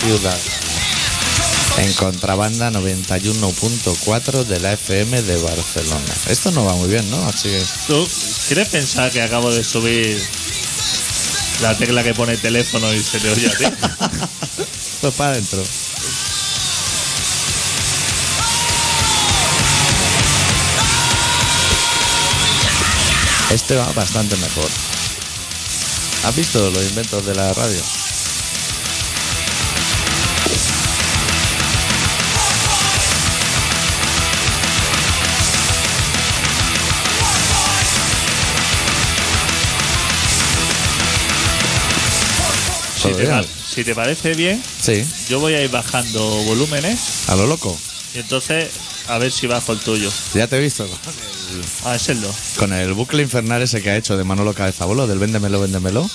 ciudad. En contrabanda 91.4 de la FM de Barcelona. Esto no va muy bien, ¿no? Así que ¿Tú quieres pensar que acabo de subir la tecla que pone teléfono y se te oye a ti? pues para adentro. Este va bastante mejor. ¿Has visto los inventos de la radio? Si Todo te, bien. pa- si te parece bien, Sí, yo voy a ir bajando volúmenes a lo loco. y entonces a ver si bajo el tuyo. Ya te he visto. Ah, ese es el no. Con el bucle infernal ese que ha hecho de Manolo Cabezabolo, del véndemelo, véndemelo,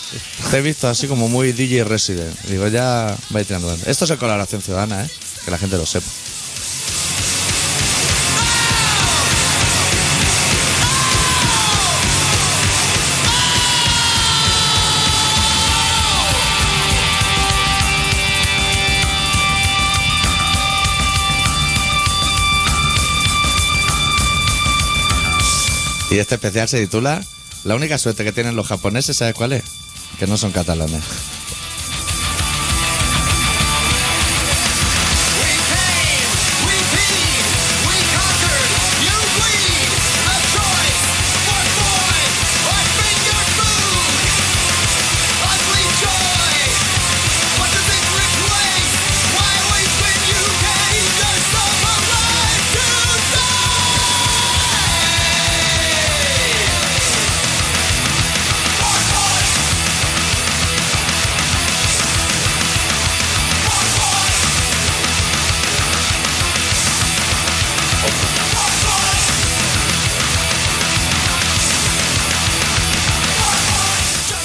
te he visto así como muy DJ Resident. Digo, ya va a ir tirando. Esto es el colaboración ciudadana, ¿eh? Que la gente lo sepa. Y este especial se titula La única suerte que tienen los japoneses, ¿sabes cuál es? Que no son catalanes. We came, we beat, we conquered, you bleed. A choice, what boy, our fingers move. Ugly joy, what does it replace? Why waste when you gave yourself a life to die?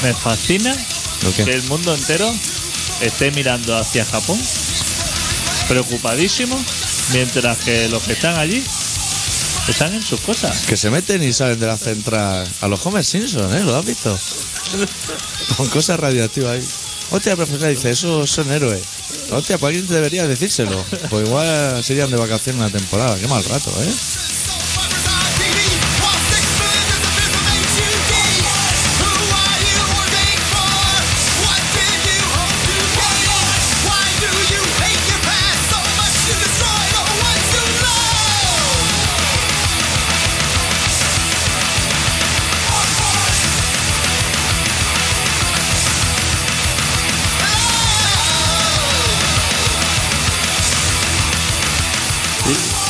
Me fascina ¿Lo qué? que el mundo entero esté mirando hacia Japón, preocupadísimo, mientras que los que están allí están en sus cosas. Que se meten y salen de la central a los Homer Simpson, ¿eh? ¿Lo has visto? Con cosas radioactivas ahí. Hostia, profesor, dice, esos son héroes. Hostia, pues alguien debería decírselo. Pues igual serían de vacaciones una temporada. Qué mal rato, ¿eh?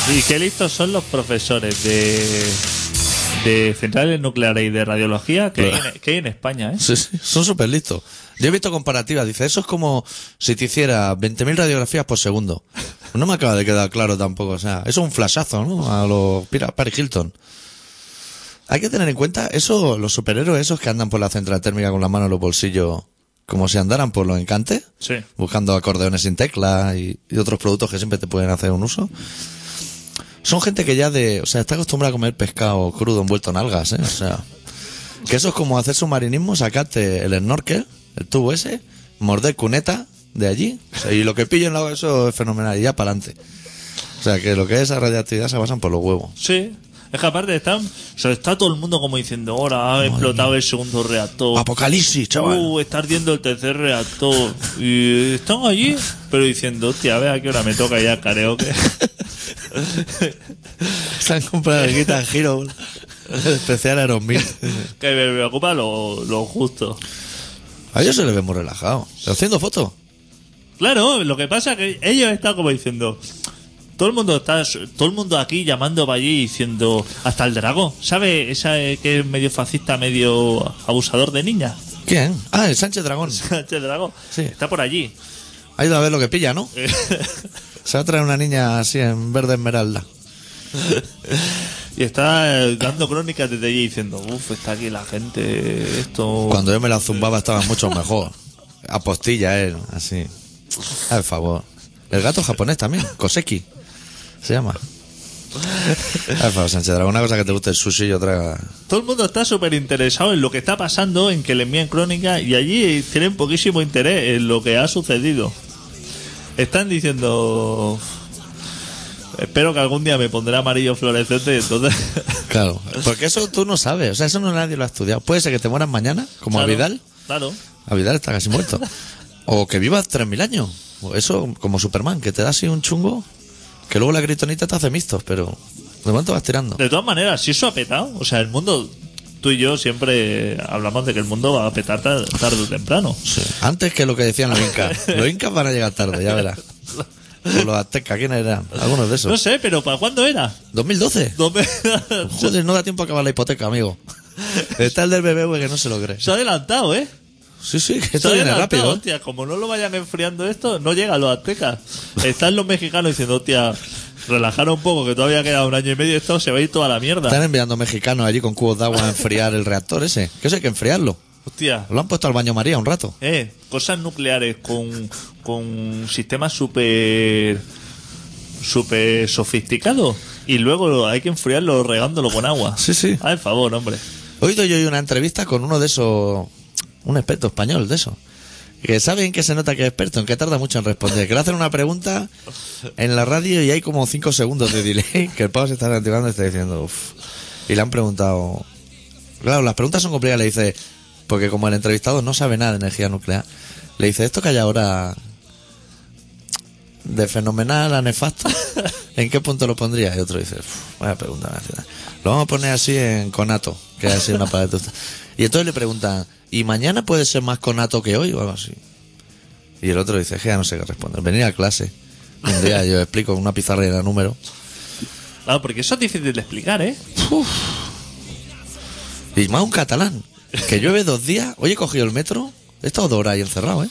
Y, y qué listos son los profesores de, de centrales nucleares y de radiología que hay en, que hay en España, ¿eh? Sí, sí, son súper listos. Yo he visto comparativas. Dice, eso es como si te hiciera 20.000 radiografías por segundo. No me acaba de quedar claro tampoco. O sea, eso es un flashazo, ¿no? A los Pira- Paris Hilton. Hay que tener en cuenta eso, los superhéroes esos que andan por la central térmica con la mano en los bolsillos, como si andaran por los encantes, Sí. buscando acordeones sin tecla y, y otros productos que siempre te pueden hacer un uso. Son gente que ya de, o sea, está acostumbrada a comer pescado crudo envuelto en algas, ¿eh? O sea, que eso es como hacer submarinismo, sacarte el snorkel, el tubo ese, morder cuneta de allí, o sea, y lo que pillo en la eso es fenomenal, y ya para adelante. O sea, que lo que es esa radioactividad se pasan por los huevos. Sí. Es que aparte están, o sea, está todo el mundo como diciendo, ahora ha explotado el segundo reactor. Apocalipsis, Ah, pues, chaval. Uh, está ardiendo el tercer reactor. Y están allí, pero diciendo, hostia, a ver a qué hora me toca ya el karaoke. Se han comprado el Guitar Hero, el especial Aerosmith. Que me preocupa lo, lo justo. A ellos se les ve muy relajado. Haciendo fotos. Claro, lo que pasa es que ellos están como diciendo. Todo el mundo está, todo el mundo aquí llamando para allí diciendo hasta el dragón, ¿sabe? Esa eh, que es medio fascista, medio abusador de niña. ¿Quién? Ah, el Sánchez Dragón. el dragón Sí. está por allí. Ha ido a ver lo que pilla, ¿no? Se va a traer una niña así en verde esmeralda. Y está eh, dando crónicas desde allí diciendo, uff, está aquí la gente, esto. Cuando yo me la zumbaba estaba mucho mejor. Apostilla él, así. Al favor. El gato japonés también, Koseki. Se llama. Al favor, Sánchez Dragón. Una cosa que te guste el sushi y otra. Todo el mundo está súper interesado en lo que está pasando, en que le envíen crónicas, y allí tienen poquísimo interés en lo que ha sucedido. Están diciendo. Espero que algún día me pondrá amarillo fluorescente y entonces. Claro, porque eso tú no sabes, o sea, eso no nadie lo ha estudiado. Puede ser que te mueras mañana, como Claro, a Vidal. Claro. A Vidal está casi muerto. O que vivas 3.000 años. O Eso, como Superman, que te da así un chungo, que luego la gritonita te hace mixtos, pero de momento vas tirando. De todas maneras, si eso ha petado, o sea, el mundo. Tú y yo siempre hablamos de que el mundo va a petar tar- tarde o temprano. Antes que lo que decían los incas. Los incas van a llegar tarde, ya verás. O los aztecas, ¿quiénes eran? Algunos de No esos. sé, pero ¿para cuándo era? 2012. ¿Dónde- Joder, no da tiempo a acabar la hipoteca, amigo. Está el del BBV que no se lo cree. Se ha adelantado, ¿eh? Sí, sí, que Se esto ha viene adelantado, rápido. ¿eh? hostia, como no lo vayan enfriando esto, no llegan los aztecas. Están los mexicanos diciendo, hostia, relajar un poco, que todavía queda un año y medio y esto se va a ir toda la mierda. Están enviando mexicanos allí con cubos de agua a enfriar el reactor ese. Que eso hay que enfriarlo. Hostia. Lo han puesto al baño María un rato. Eh, cosas nucleares con, con sistemas súper súper sofisticados y luego hay que enfriarlo regándolo con agua. Sí, sí. Al favor, hombre. He oído yo hoy una entrevista con uno de esos, un experto español de eso. Que saben que se nota que es experto, en que tarda mucho en responder. Que le hacen una pregunta en la radio y hay como 5 segundos de delay. Que el pavo se está activando y está diciendo, uff. Y le han preguntado. Claro, las preguntas son complicadas. Le dice, porque como el entrevistado no sabe nada de energía nuclear, le dice, esto que hay ahora de fenomenal a nefasto, ¿en qué punto lo pondría? Y otro dice, "Uf, vaya pregunta. me hace". Lo vamos a poner así en conato, que es así una palabra tuya. Y entonces le preguntan, ¿y mañana puede ser más conato que hoy o algo así? Y el otro dice, "Je, ya no sé qué responder. Venir a clase. Un día yo explico con una pizarra de números. Claro, porque eso es difícil de explicar, ¿eh? Y más un catalán, que llueve dos días, hoy he cogido el metro, he estado dos horas ahí encerrado, ¿eh?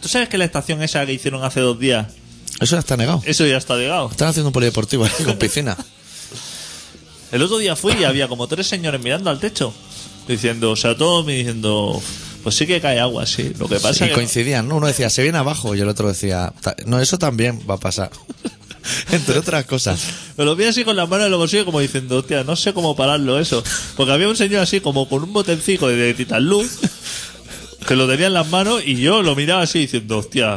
¿Tú sabes que la estación esa que hicieron hace dos días, Eso ya está negado. eso ya está llegado? Están haciendo un polideportivo ahí con piscina. El otro día fui y había como tres señores mirando al techo, diciendo, o sea, todos me diciendo, pues sí que cae agua, sí. Lo que pasa Y que- coincidían, ¿no? Uno decía, se viene abajo, y el otro decía, "Ta- no, eso también va a pasar. Entre otras cosas. Me lo vi así con las manos en los bolsillos como diciendo, hostia, no sé cómo pararlo eso. Porque había un señor así como con un botencico de, de Titanluz que lo tenía en las manos y yo lo miraba así diciendo, hostia,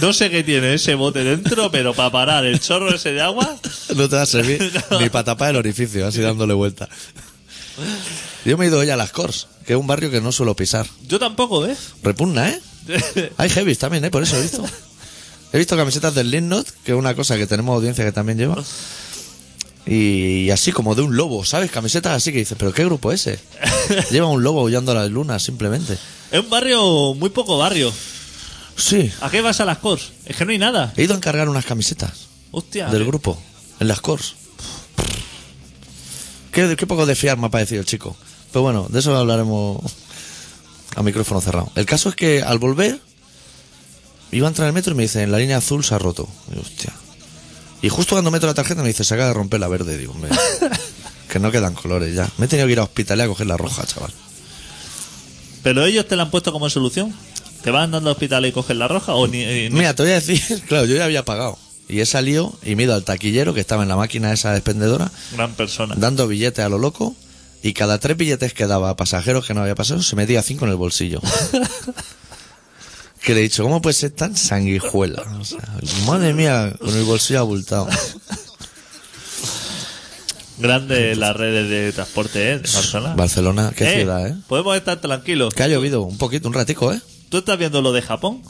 no sé qué tiene ese bote dentro, pero para parar el chorro ese de agua, No te va a servir ni para tapar el orificio, así dándole vuelta. Yo me he ido hoy a Las Cors, que es un barrio que no suelo pisar. yo tampoco, ¿eh? Repugna, ¿eh? Hay heavies también, ¿eh? Por eso he visto. He visto camisetas del Linnot, que es una cosa que tenemos audiencia que también lleva. Y, así como de un lobo, ¿sabes? Camisetas así que dices, ¿pero qué grupo es ese? Lleva un lobo huyendo a la luna, simplemente. Es un barrio, muy poco barrio. Sí. ¿A qué vas a las Cors? Es que no hay nada. He ido a encargar unas camisetas. Hostia. del grupo, en las cores. Qué, qué poco de fiar me ha parecido el chico. Pero bueno, de eso hablaremos a micrófono cerrado. El caso es que al volver, iba a entrar al metro y me dicen, la línea azul se ha roto. Y, yo, hostia. Y justo cuando meto la tarjeta me dice, se acaba de romper la verde. Digo, hombre, que no quedan colores ya. Me he tenido que ir a hospital a coger la roja, chaval. Pero ellos te la han puesto como solución. ¿Te van dando al hospital y coges la roja o ni, eh, ni- Mira, te voy a decir, claro, yo ya había pagado. Y he salido y me he ido al taquillero que estaba en la máquina esa despendedora gran persona? dando billetes a lo loco y cada tres billetes que daba a pasajeros que no había pasado se metía cinco en el bolsillo. que le he dicho, ¿cómo puede ser tan sanguijuela? O sea, madre mía, con el bolsillo abultado. Grande las redes de transporte, ¿eh? De Barcelona. Barcelona, qué Eh, ciudad, ¿eh? Podemos estar tranquilos. Que ha llovido un poquito, un ratico, ¿eh? Tú estás viendo lo de Japón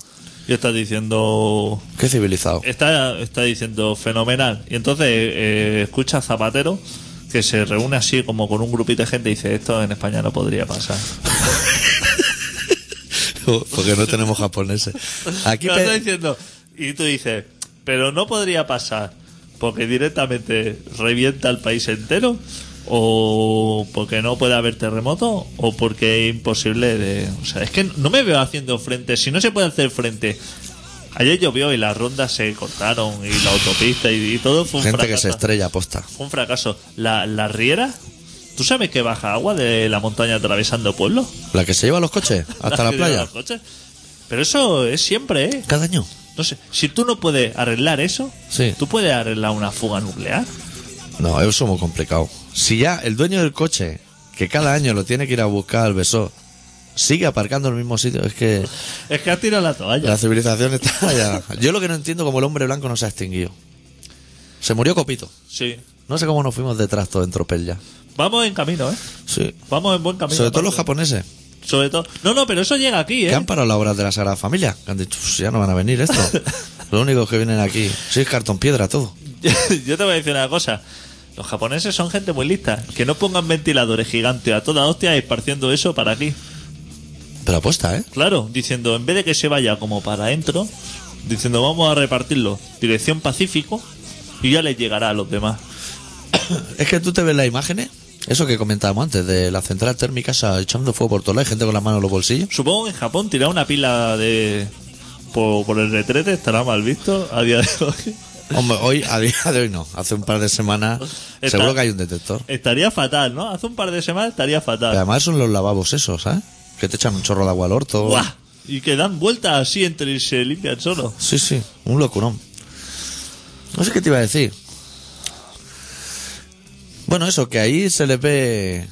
y estás diciendo. Qué civilizado. Está, está diciendo fenomenal. Y entonces eh, escucha a Zapatero que se reúne así como con un grupito de gente y dice: Esto en España no podría pasar. Porque no tenemos japoneses. Aquí Lo pe- está diciendo. Y tú dices: Pero no podría pasar porque directamente revienta el país entero. O porque no puede haber terremoto, o porque es imposible de. O sea, es que no me veo haciendo frente. Si no se puede hacer frente. Ayer llovió y las rondas se cortaron, y la autopista, y, y todo fue un gente que fracaso. se estrella aposta. Fue un fracaso. La, la riera, ¿tú sabes que baja agua de la montaña atravesando pueblos? La que se lleva los coches hasta la que lleva playa. los coches. Pero eso es siempre, ¿eh? Cada año. No sé, si tú no puedes arreglar eso, Sí. tú puedes arreglar una fuga nuclear. No, eso es muy complicado. Si ya el dueño del coche, que cada año lo tiene que ir a buscar al beso, sigue aparcando en el mismo sitio. Es que Es que has tirado la toalla. la civilización está ya. Yo lo que no entiendo como el hombre blanco no se ha extinguido. Se murió Copito. Sí. No sé cómo nos fuimos detrás todo en tropel ya. Vamos en camino, ¿eh? Sí. Vamos en buen camino. Sobre todo los aparte. japoneses, Sobre todo. No, no, pero eso llega aquí, que ¿eh? han parado la obra de la Sagrada Familia. Que han dicho, "Uf, ya no van a venir esto. Los únicos que vienen aquí, sí, es cartón piedra todo. Yo te voy a decir una cosa. Los japoneses son gente muy lista. Que no pongan ventiladores gigantes a toda hostia esparciendo eso para aquí. Pero apuesta, ¿eh? Claro, diciendo, en vez de que se vaya como para adentro, diciendo, vamos a repartirlo dirección Pacífico y ya les llegará a los demás. Es que tú te ves las imágenes, eso que comentábamos antes, de la central térmica esa echando fuego por todos lados, hay gente con las manos en los bolsillos. Supongo que en Japón tirar una pila de. por, por el retrete estará mal visto a día de hoy. Hombre, hoy, a día de hoy no, hace un par de semanas Está- seguro que hay un detector. Estaría fatal, ¿no? Hace un par de semanas estaría Pero fatal. además son los lavabos esos, ¿sabes? Que te echan un chorro de agua al orto. Buah, Y que dan vueltas así entre y se limpian solo. Sí, sí, un locurón. No sé qué te iba a decir. Bueno, eso, que ahí se les ve...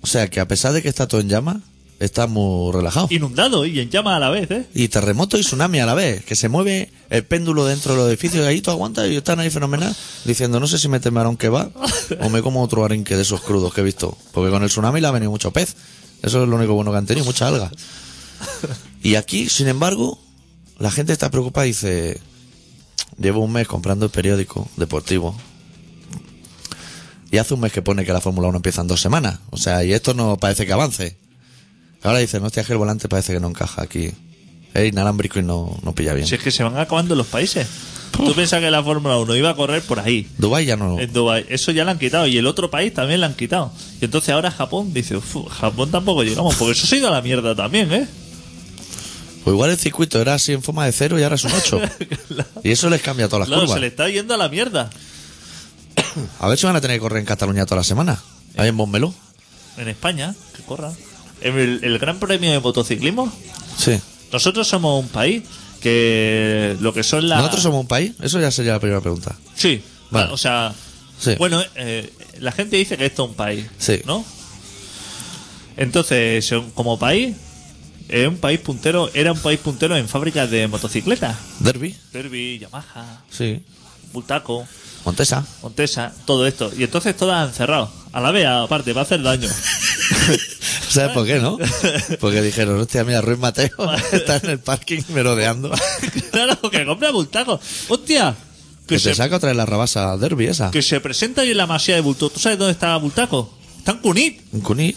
O sea, que a pesar de que está todo en llamas, está muy relajado. Inundado y en llamas a la vez, ¿eh? Y terremoto y tsunami a la vez, que se mueve el péndulo dentro de los edificios, y ahí tú aguantas y están ahí fenomenal, diciendo, no sé si me harán que va o me como otro arenque de esos crudos que he visto, porque con el tsunami le ha venido mucho pez, eso es lo único bueno que han tenido, mucha alga. Y aquí, sin embargo, la gente está preocupada y dice, llevo un mes comprando el periódico deportivo. Y hace un mes que pone que la Fórmula 1 empieza en dos semanas. O sea, y esto no parece que avance. Ahora dicen, hostia, es que el volante parece que no encaja aquí. Es inalámbrico y no, no pilla bien. Si es que se van acabando los países. Tú piensas que la Fórmula 1 iba a correr por ahí, Dubái ya no. en Dubái. Eso ya lo han quitado. Y el otro país también lo han quitado. Y entonces ahora Japón dice, "Uf, Japón tampoco llegamos, porque eso se ha ido a la mierda también, ¿eh? Pues igual el circuito era así en forma de cero y ahora es un 8. Y eso les cambia todas las Claro, curvas. se le está yendo a la mierda. A ver si van a tener que correr en Cataluña toda la semana. Ahí en Montmeló. En España, que corra. En El, el Gran Premio de Motociclismo. Sí. Nosotros somos un país que lo que son las... ¿Nosotros somos un país? Eso ya sería la primera pregunta. Sí, Vale. o sea... Sí. Bueno, eh, la gente dice que esto es un país, Sí. ¿no? Entonces, son- como país, es un país puntero, era un país puntero en fábricas de motocicletas. Derby. Derby, Yamaha, Sí. Bultaco, Montesa. Montesa, todo esto. Y entonces todas han cerrado. A la vez, aparte, va a hacer daño. ¿Sabes por qué, no? Porque dijeron, hostia, mira, Ruiz Mateo está en el parking merodeando. claro, que compra Bultaco. ¡Hostia! Que se se, saca otra de la rabasa derby esa. que se presenta ahí en la masía de Bultaco. ¿Tú sabes dónde está Bultaco? Está en Cunit. Un cuní.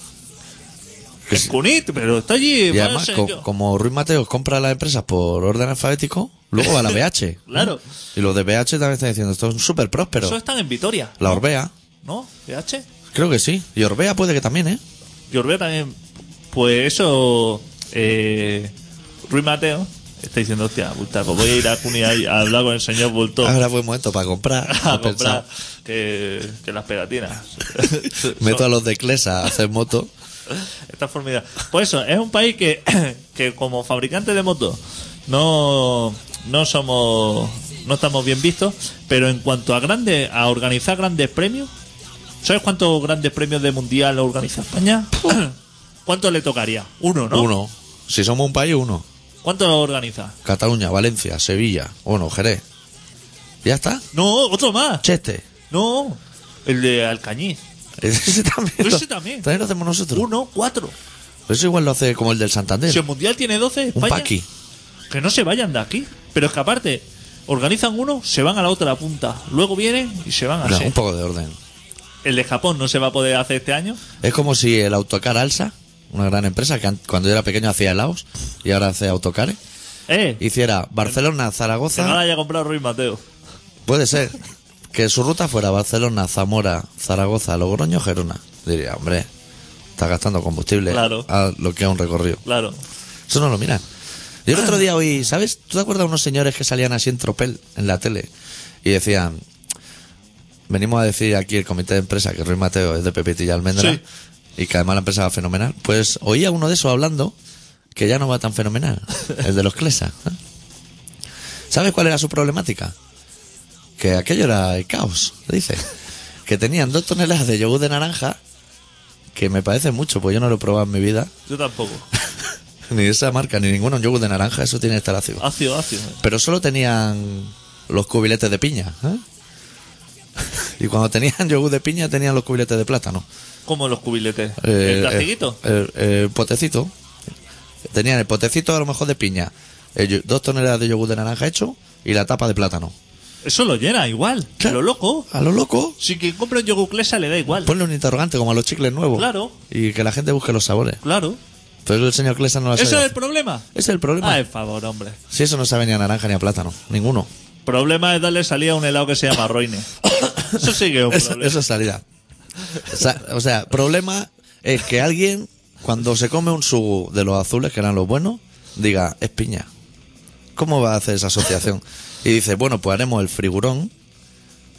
Que En sí. Cunit, pero está allí. Y va a además, ser co- yo. como Ruiz Mateos compra las empresas por orden alfabético, luego va a la BH. Claro. Y los de BH también están diciendo, esto es súper próspero. Eso están en Vitoria, La Orbea, ¿no? ¿PH? creo que sí. Y Orbea puede que también, ¿eh? Yorbea también. Pues eso. Eh, Ruiz Mateo está diciendo, hostia, Bultaco, voy a ir a Cunit a, a hablar con el señor Bulto. Ahora buen momento para comprar. a he pensado. comprar que, que las pegatinas. Meto a los de Clesa a hacer moto. Esta formidad. Pues eso, es un país que, que como fabricantes de motos no, no somos no estamos bien vistos, pero en cuanto a grandes a organizar grandes premios, ¿sabes cuántos grandes premios de mundial organiza España? ¿Cuántos le tocaría? Uno, ¿no? Uno. Si somos un país, uno. ¿Cuántos lo organiza? Cataluña, Valencia, Sevilla. Bueno, Jerez. ¿Ya está? No, otro más. Cheste. No, el de Alcañiz. Ese también. Ese lo- también. lo hacemos nosotros. Uno, cuatro. Eso igual lo hace como el del Santander. Si el mundial tiene 12, un España. paqui. que no se vayan de aquí. Pero es que aparte, organizan uno, se van a la otra punta. Luego vienen y se van No, así. un poco de orden. El de Japón no se va a poder hacer este año. Es como si el autocar Alsa, una gran empresa que an- cuando yo era pequeño hacía helados y ahora hace autocares, Eh, hiciera Barcelona, que no la Zaragoza. haya comprado Ruiz Mateo. Puede ser que su ruta fuera Barcelona, Zamora, Zaragoza, Logroño, Gerona. Diría, hombre, está gastando combustible Claro. a lo que es un recorrido. Claro. Eso no lo miran. Yo el otro día oí, ¿sabes? ¿Tú te acuerdas de unos señores que salían así en tropel en la tele y decían, venimos a decir aquí el comité de empresa que Ruiz Mateo es de Pepitilla Almendra Sí. y que además la empresa va fenomenal? Pues oía uno de esos hablando que ya no va tan fenomenal, el de los Clesa. ¿Sabes cuál era su problemática? Que aquello era el caos, dice. Que tenían dos toneladas de yogur de naranja que me parece mucho, pues yo no lo he probado en mi vida. Yo tampoco. Ni esa marca, ni ninguno. Un yogur de naranja, eso tiene que estar ácido. Ácido, ácido. Pero solo tenían los cubiletes de piña. ¿eh? Y cuando tenían yogur de piña, tenían los cubiletes de plátano. Como los cubiletes. Eh, el plastiquito. El, el- el potecito. Tenían el potecito a lo mejor de piña, el yo- dos toneladas de yogur de naranja hecho y la tapa de plátano. Eso lo llena igual. A Claro. Lo loco. A lo loco. Si quien compra un yogur Clesa le da igual. Ponle un interrogante como a los chicles nuevos. Claro. Y que la gente busque los sabores. Claro. Pero el señor Clesa no lo sabe. ¿Eso es el problema? Ese es el problema. Ah, el favor, hombre. Si eso no sabe ni a naranja ni a plátano. Ninguno. Problema es darle salida a un helado que se llama Roine. Eso sí que es un Eso, problema. eso es salida. O sea, o sea, problema es que alguien, cuando se come un sugo de los azules, que eran los buenos, diga, es piña. ¿Cómo va a hacer esa asociación? Y dice, bueno, pues haremos el frigurón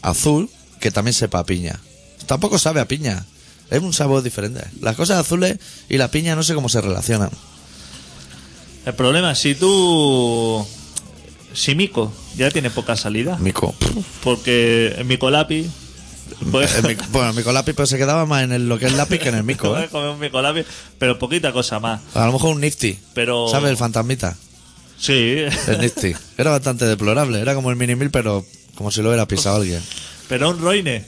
azul que también sepa a piña. Tampoco sabe a piña. Es un sabor diferente. Las cosas azules y la piña no sé cómo se relacionan. El problema es si tú... Si Mico ya tiene poca salida. Mico. Porque en Mico Lápiz... Pues, El mico- bueno, el mico lápiz pero se quedaba más en el- lo que es lápiz que en el mico. ¿eh? puedes comer un Mico Lápiz, pero poquita cosa más. A lo mejor un nifty. Pero- ¿Sabes? Eh. El fantasmita. Sí. El Nifty. Era bastante deplorable. Era como el mini mil, pero como si lo hubiera pisado alguien. Pero un Roine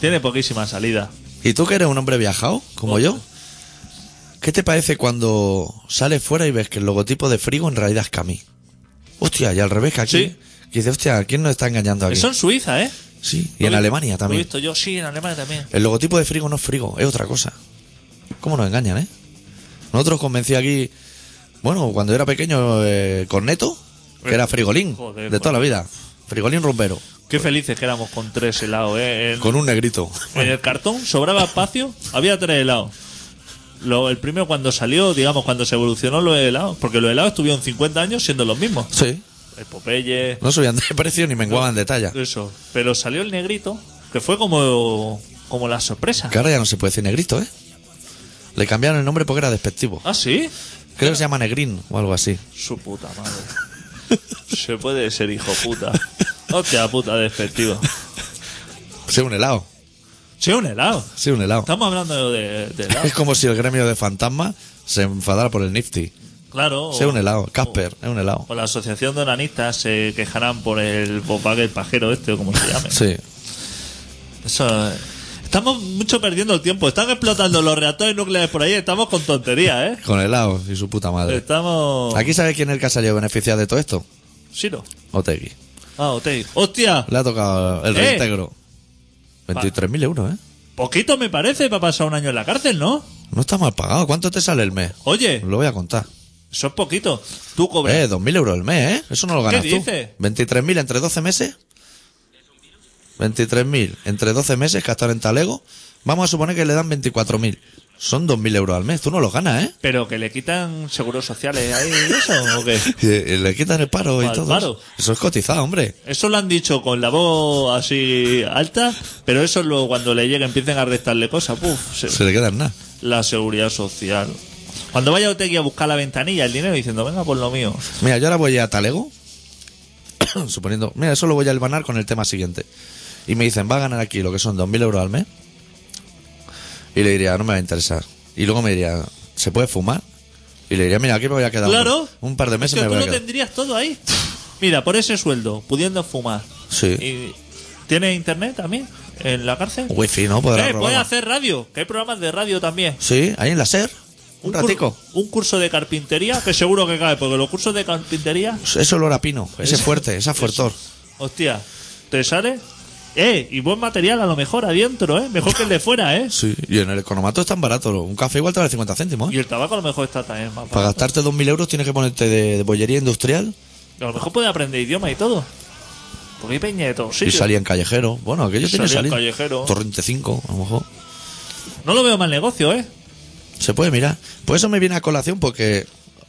tiene poquísima salida. ¿Y tú que eres un hombre viajado, como yo? ¿Qué te parece cuando sales fuera y ves que el logotipo de Frigo en realidad es Camí? Hostia, y al revés que aquí. Sí. Que dice, hostia, ¿quién nos está engañando aquí? Eso en Suiza, ¿eh? Sí, y en Alemania Lo he también. visto yo, sí, en Alemania también. El logotipo de Frigo no es Frigo, es otra cosa. ¿Cómo nos engañan, eh? Nosotros convencí aquí, bueno, cuando era pequeño, eh, Corneto, que era Frigolín, Eh, Joder, pues. de toda la vida. Frigolín rumbero, Qué felices que éramos con tres helados, ¿eh? En- con un negrito. En el cartón sobraba espacio, había tres helados. Lo- el primero cuando salió, digamos, cuando se evolucionó los helados, porque los helados estuvieron 50 años siendo los mismos. Sí, El Popeye, No subían de precio ni menguaban de talla. eso. Pero salió el negrito, que fue como, como la sorpresa. Que ahora ya no se puede decir negrito, ¿eh? Le cambiaron el nombre porque era despectivo. Ah, sí. Creo que se llama negrín o algo así. Su puta madre. Se puede ser hijo puta. Hostia puta, despectivo. Sí, un helado. Sí, un helado. Sí, un helado. Estamos hablando de, de helado. Es como si el gremio de fantasmas se enfadara por el nifty. Claro. Sí, o- un helado. Casper, es un helado. O la asociación de onanistas se quejarán por el Volkswagen pajero este, o como se llame. Sí. Eso, eh, estamos mucho perdiendo el tiempo. Están explotando los reactores nucleares por ahí. Estamos con tonterías, ¿eh? Con helado y su puta madre. Estamos. ¿Aquí sabes quién es el que ha salido beneficiado de todo esto? Siro. Otegi. Ah, ok. ¡Hostia! Le ha tocado el ¡Eh! reintegro. 23.000 euros, ¿eh? Poquito me parece para pasar un año en la cárcel, ¿no? No está mal pagado. ¿Cuánto te sale el mes? Oye, Lo voy a contar. eso es poquito. Tú cobras. Eh, 2.000 euros al mes, ¿eh? Eso no lo ¿Qué ganas dices? tú. 23.000 entre 12 meses. 23.000 entre 12 meses que hasta ahora en Talego. Vamos a suponer que le dan 24.000. Son 2.000 euros al mes. Tú no los ganas, ¿eh? Pero que le quitan seguros sociales ahí y eso, ¿o qué? Y, y le quitan el paro y Pa'l todo. paro. Eso es cotizado, hombre. Eso lo han dicho con la voz así alta, pero eso luego cuando le llegue empiecen a restarle cosas. Puf, se- Se le quedan nada. la seguridad social. Cuando vaya Otegi a buscar la ventanilla, el dinero, diciendo, venga por lo mío. Mira, yo ahora voy a Talego. suponiendo. Mira, eso lo voy a elbanar con el tema siguiente. Y me dicen, va a ganar aquí lo que son 2.000 euros al mes. Y le diría, no me va a interesar. Y luego me diría, ¿se puede fumar? Y le diría, mira, aquí me voy a quedar un- Claro. un, par de meses. Es que me tú voy a lo quedar. tendrías todo ahí. Mira, por ese sueldo, pudiendo fumar. Sí. Y- ¿Tienes internet también en la cárcel? Wifi, ¿no? Podrá Eh, puedes robar. hacer radio, que hay programas de radio también. Sí, ahí en la SER. Un, cur- ratico. un curso de carpintería, que seguro que cae, porque los cursos de carpintería, Eso olor a pino. Pues Ese fuerte, esa fuertor. hostia, ¿te sale? Eh, y buen material a lo mejor adentro, ¿eh? Mejor que el de fuera, ¿eh? Sí, y en el economato es tan barato. Un café igual te vale 50 céntimos. Y ¿eh? el tabaco a lo mejor está también más Para barato. gastarte 2.000 euros tienes que ponerte de, de bollería industrial A lo mejor puede aprender idioma y todo. Porque hay peña de todos y sitios. salían callejeros. Bueno, aquello tiene Salían salida. callejeros. Torrente 5, a lo mejor. No lo veo mal negocio, ¿eh? Se puede mirar. Pues eso me viene a colación porque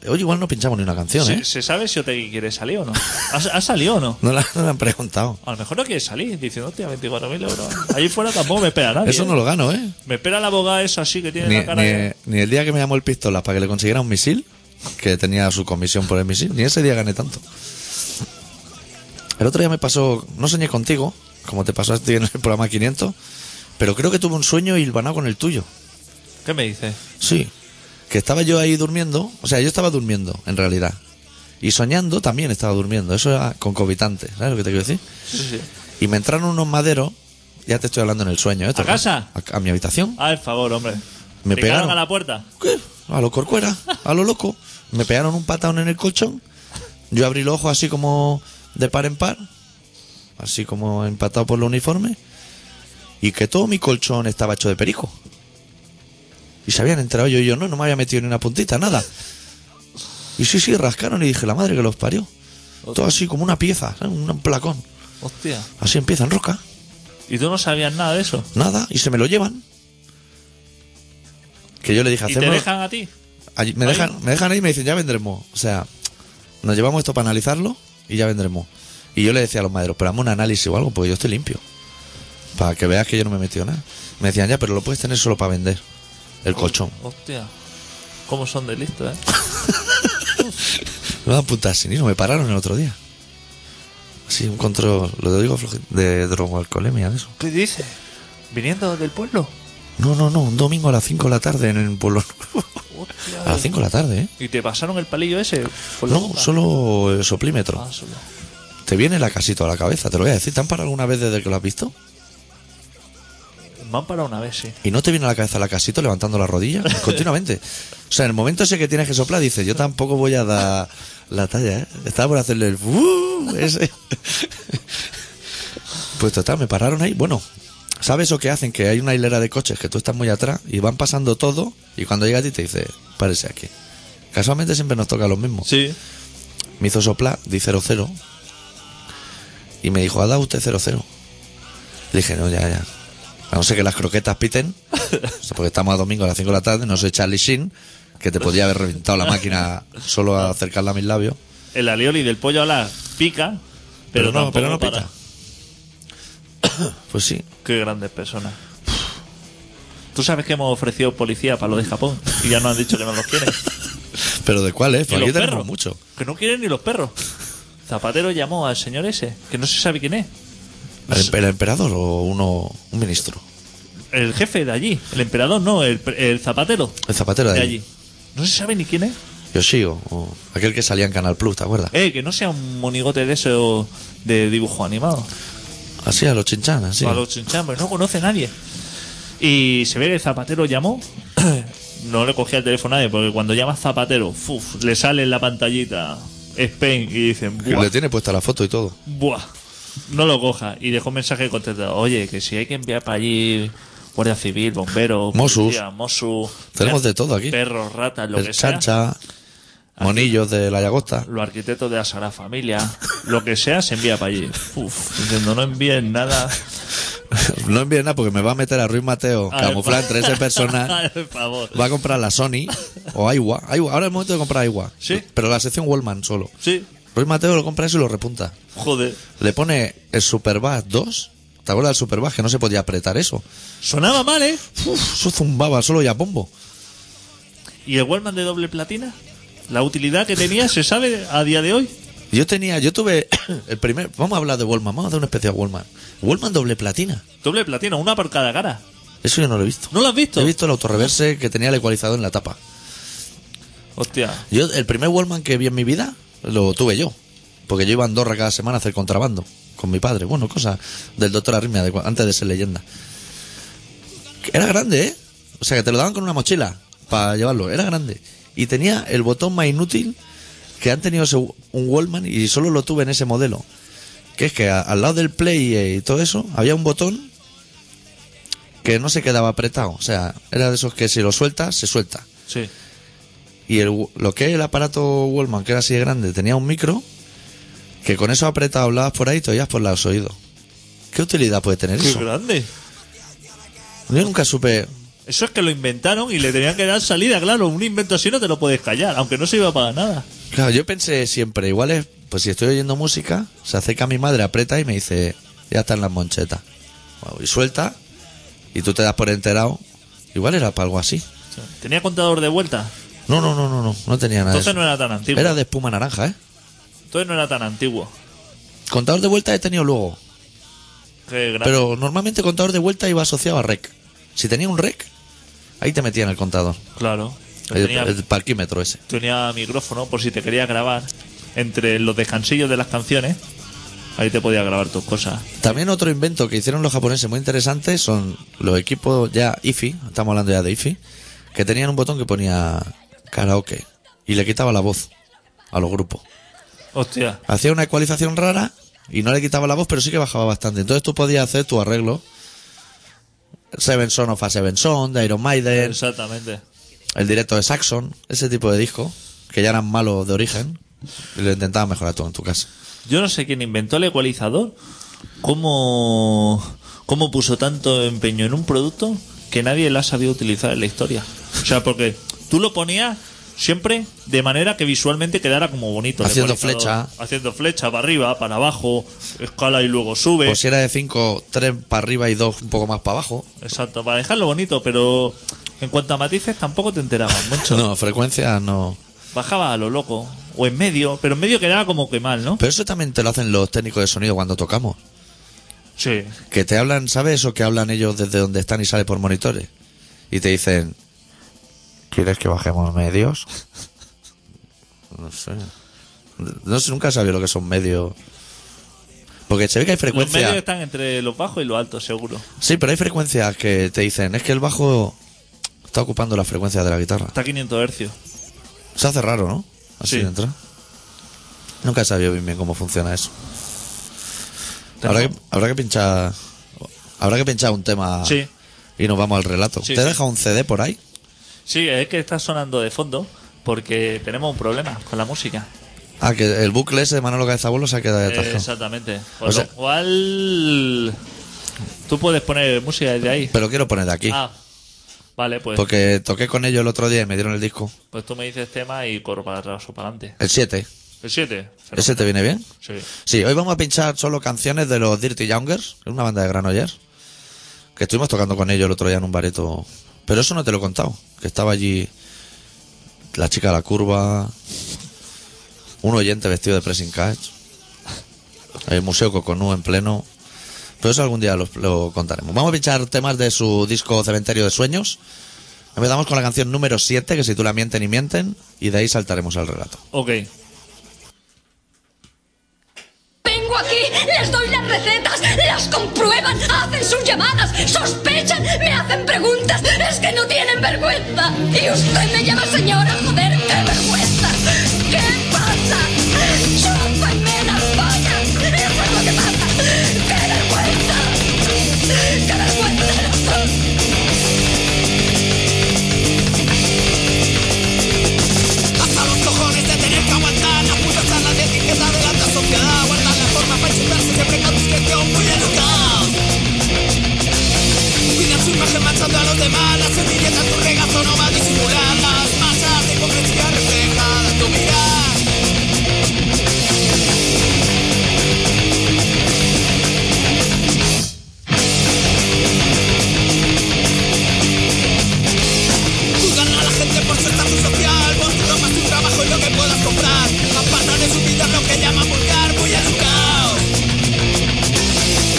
hoy igual no pinchamos ni una canción, ¿eh? ¿Se, se sabe si Otegi quiere salir o no? ¿Ha, ha salido o no? No la, no la han preguntado. A lo mejor no quiere salir, diciendo, hostia, 24.000 euros. Allí fuera tampoco me espera nadie. Eso no ¿eh? lo gano, ¿eh? Me espera la abogada esa así que tiene Ni, la cara de... ni- ni el día que me llamó el pistolas para que le consiguiera un misil, que tenía su comisión por el misil, ni ese día gané tanto. El otro día me pasó, no soñé contigo, como te pasó a ti en el programa 500, pero creo que tuve un sueño hilvanado con el tuyo. ¿Qué me dices? Sí. Que estaba yo ahí durmiendo. O sea, yo estaba durmiendo, en realidad. Y soñando también estaba durmiendo. Eso era concomitante. ¿Sabes lo que te quiero decir? Sí, sí. Y me entraron unos maderos. Ya te estoy hablando en el sueño. esto, ¿A casa? A, a mi habitación. Ah, el favor, hombre. Me Te pegaron. cargan a la puerta. ¿Qué? A lo corcuera, a lo loco. Me pegaron un patón en el colchón. Yo abrí los ojos así como de par en par. Así como empatado por los uniformes. Y que todo mi colchón estaba hecho de perico. Y se habían enterado yo y yo no, no me había metido ni una puntita, nada. Y sí, sí, rascaron y dije, la madre que los parió. Todo así como una pieza, ¿sabes? un placón. Hostia. Así empiezan roca, ¿Y tú no sabías nada de eso? nada, y se me lo llevan. Que yo le dije, ¿Y te hacemos. dejan a ti? Allí- me, Ahí. dejan, me dejan ahí y me dicen, ya vendremos. O sea, nos llevamos esto para analizarlo y ya vendremos. Y yo le decía a los maderos, pero hazme un análisis o algo, porque yo estoy limpio. Para que veas que yo no me he metido nada. Me decían, ya, pero lo puedes tener solo para vender. Oh. El colchón. Hostia. ¿Cómo son de listos, eh? Me dan puntas sin hilo, me pararon el otro día. Sí, un control, lo digo, floje- de drogoalcoholemia, de eso. ¿Qué dices? ¿Viniendo del pueblo? No, no, no, un domingo a las 5 de la tarde en el pueblo. Nuevo. Hostia. a las 5 de la tarde, ¿eh? ¿Y te pasaron el palillo ese? por la No, boca? solo el soplímetro. Ah, solo. Te viene la casita a la cabeza, te lo voy a decir. ¿Te han parado alguna vez desde que lo has visto? Me han parado una vez, sí. ¿Y no te viene a la cabeza la casito levantando la rodilla? Continuamente. O sea, en el momento ese que tienes que soplar, dices, yo tampoco voy a dar la talla, ¿eh? Estaba por hacerle el... "Uh", ese. Pues total, me pararon ahí. Bueno, ¿sabes eso que hacen? Que hay una hilera de coches que tú estás muy atrás y van pasando todo y cuando llega a ti te dice, párese aquí. Casualmente siempre nos toca lo mismo. Sí. Me hizo soplar, di 00. Y me dijo, ha dado usted 00. Le dije, no, ya, ya. A no ser que las croquetas piten. o sea, porque estamos a domingo a las 5 de la tarde, no soy Charlie Sheen, que te podría haber reventado la máquina solo a acercarla a mis labios. El alioli del pollo a la pica, pero, Pero no, tampoco pero no para. pita. Pues sí. Qué grandes personas. Tú sabes que hemos ofrecido policía para lo de Japón y ya nos han dicho que no los quieren. Pero de cuál es, ¿Y pues los aquí tenemos perros? mucho. Que no quieren ni los perros. Zapatero llamó al señor ese, que no se sabe quién es. ¿El, empe- el emperador o uno, un ministro? El jefe de allí, el emperador, no, el, pre- el zapatero El zapatero de de allí. allí. No se sabe ni quién es. Yoshio, o aquel que salía en Canal Plus, ¿te acuerdas? Eh, que no sea un monigote de eso de dibujo animado. Así a los chinchanas, así. A los chinchán, pero no conoce a nadie. Y se ve que el zapatero llamó. No le cogía el teléfono a nadie, porque cuando llamas zapatero, fuf, le sale en la pantallita Spain y dicen, Que buah, le tiene puesta la foto y todo. buah, no lo coja. Y dejó un mensaje contestado, oye, que si hay que enviar para allí Guardia Civil, bomberos, Mossos. policía, Mossos, Tenemos per- de todo aquí. Perros, ratas, lo el que sea. chancha, monillos de la Llagosta. Los arquitectos de la Sagrada Familia, lo que sea, se envía para allí. Uf, diciendo, no envíen nada. No envíen nada porque me va a meter a Ruiz Mateo, Al camuflar fa- entre ese personal. Al favor. Va a comprar la Sony o Aiwa. Aiwa. Ahora es el momento de comprar Aiwa. Sí. Pero la sección Wallman solo. Sí, Ruiz Mateo lo compra eso y lo repunta. joder. Le pone el Superbass 2. ¿Te acuerdas del Superbass? Que no se podía apretar eso. Sonaba mal, ¿eh? Uf, eso zumbaba solo y a bombo. ¿Y el Wallman de doble platina? La utilidad que tenía se sabe a día de hoy. Yo tenía, yo tuve el primer. Vamos a hablar de Wallman, vamos a hacer un especial Wallman. Wallman doble platina. Doble platina, una por cada cara. Eso yo no lo he visto. ¿No lo has visto? He visto el autorreverse que tenía el ecualizador en la tapa. Hostia. Yo, el primer Wallman que vi en mi vida lo tuve yo. Porque yo iba a Andorra cada semana a hacer contrabando con mi padre. Bueno, cosa del doctor Arritmia de cu- antes de ser leyenda. Era grande, ¿eh? O sea, que te lo daban con una mochila para llevarlo. Era grande. Y tenía el botón más inútil que han tenido ese- un Wallman y solo lo tuve en ese modelo. Que es que a- al lado del Play eh, y todo eso había un botón que no se quedaba apretado. O sea, era de esos que si lo sueltas, se suelta. Sí. Y el- lo que es el aparato Wallman, que era así de grande, tenía un micro que con eso apretado hablabas por ahí y te oías por los oídos. ¿Qué utilidad puede tener Qué eso? grande. Yo nunca supe. Eso es que lo inventaron y le tenían que dar salida, claro. Un invento así no te lo puedes callar, aunque no sirva para nada. Claro, yo pensé siempre, igual es, pues si estoy oyendo música, se acerca mi madre, aprieta y me dice, ya están las monchetas. Guau, Y suelta, y tú te das por enterado. Igual era para algo así. Tenía contador de vuelta. No, no, no, no, no, no tenía nada. de Entonces Ah, eso. no era tan antiguo. Era de espuma naranja, ¿eh? Entonces no era tan antiguo. Contador de vuelta he tenido luego. Qué grande. Pero normalmente contador de vuelta iba asociado a rec. Si tenía un rec, Ahí te metían el contador. Claro. Yo El, tenía, el parquímetro ese. tenía micrófono por si te quería grabar entre los descansillos de las canciones. Ahí te podía grabar tus cosas. También otro invento que hicieron los japoneses muy interesante son los equipos ya IFI, estamos hablando ya de IFI, que tenían un botón que ponía karaoke y le quitaba la voz a los grupos. Hostia. Hacía una ecualización rara y no le quitaba la voz, pero sí que bajaba bastante. Entonces tú podías hacer tu arreglo. Seven Son of a Seven Son, de Iron Maiden, Exactamente. el directo de Saxon, ese tipo de discos que ya eran malos de origen y lo intentabas mejorar todo en tu casa. Yo no sé quién inventó el ecualizador. ¿Cómo, cómo puso tanto empeño en un producto que nadie lo ha sabido utilizar en la historia? O sea, porque tú lo ponías siempre de manera que visualmente quedara como bonito. el Haciendo ecualizador. Haciendo flecha para arriba, para abajo, escala y luego sube. O Pues si era de 5, 3 para arriba y 2 un poco más para abajo. Exacto, para dejarlo bonito, pero en cuanto a matices tampoco te enterabas mucho. No, frecuencia no. Bajaba a lo loco. O en medio, pero en medio quedaba como que mal, ¿no? Pero eso también te lo hacen los técnicos de sonido cuando tocamos. Sí. Que te hablan, ¿sabes eso que hablan ellos desde donde están y sale por monitores? Y te dicen, ¿quieres que bajemos medios? No sé. No sé, nunca sabía lo que son medios. Porque se ve que hay Los medios frecuencias. están entre los bajos y los altos, seguro. Sí, pero hay frecuencias que te dicen, es que el bajo está ocupando la frecuencia de la guitarra. Está a 500 hercios. Se hace raro, ¿no? Así Sí. de entrada. Nunca he sabido bien, bien cómo funciona eso. Tenemos- Habrá que, habrá que pinchar. Habrá que pinchar un tema. Sí. Y nos vamos al relato. Sí, ¿Te sí. deja un CD por ahí? Sí, es que está sonando de fondo porque tenemos un problema con la música. Ah, que el bucle ese de Manolo Cabezabuelo se ha quedado ahí Eh, atascado. Exactamente. Por O lo sea- cual tú puedes poner música desde ahí. Pero quiero poner de aquí. Ah, vale, pues, Porque toqué con ellos el otro día y me dieron el disco. pues tú me dices tema y corro para atrás o para adelante. El 7. El 7. ¿Ese te viene bien? Sí. Sí, hoy vamos a pinchar solo canciones de los Dirty Youngers, que es una banda de Granollers, que estuvimos tocando con ellos el otro día en un bareto. Pero eso no te lo he contado, que estaba allí la chica de la curva, un oyente vestido de pressing catch, el Museo Coconú en pleno. Pero eso algún día lo, lo contaremos. Vamos a pinchar temas de su disco Cementerio de Sueños. Empezamos con la canción número 7, que se titula Mienten y Mienten, y de ahí saltaremos al relato. Ok. Vengo aquí, les doy las recetas, las comprueban, hacen sus llamadas, sospechan, me hacen preguntas, es que no tienen vergüenza. Y usted me llama señora, joder, qué vergüenza. ¿Qué pasa? Son palmeras, vaya, eso es lo que pasa. ¡Qué vergüenza! ¡Qué vergüenza! Hasta los cojones de tener que aguantar la puta sala de etiqueta de la alta sociedad. Guardan la forma para insultarse siempre con discreción muy educada. Cuidan su imagen manchando a los demás. La servilleta en tu regazo no va a disimular las masas de hipocresía reflejada en tu mirar. Juzgan a la gente por su estatus social, por tu ropa, tu trabajo y lo que puedas comprar. Apartan de su vida lo que llaman vulgar, muy educado.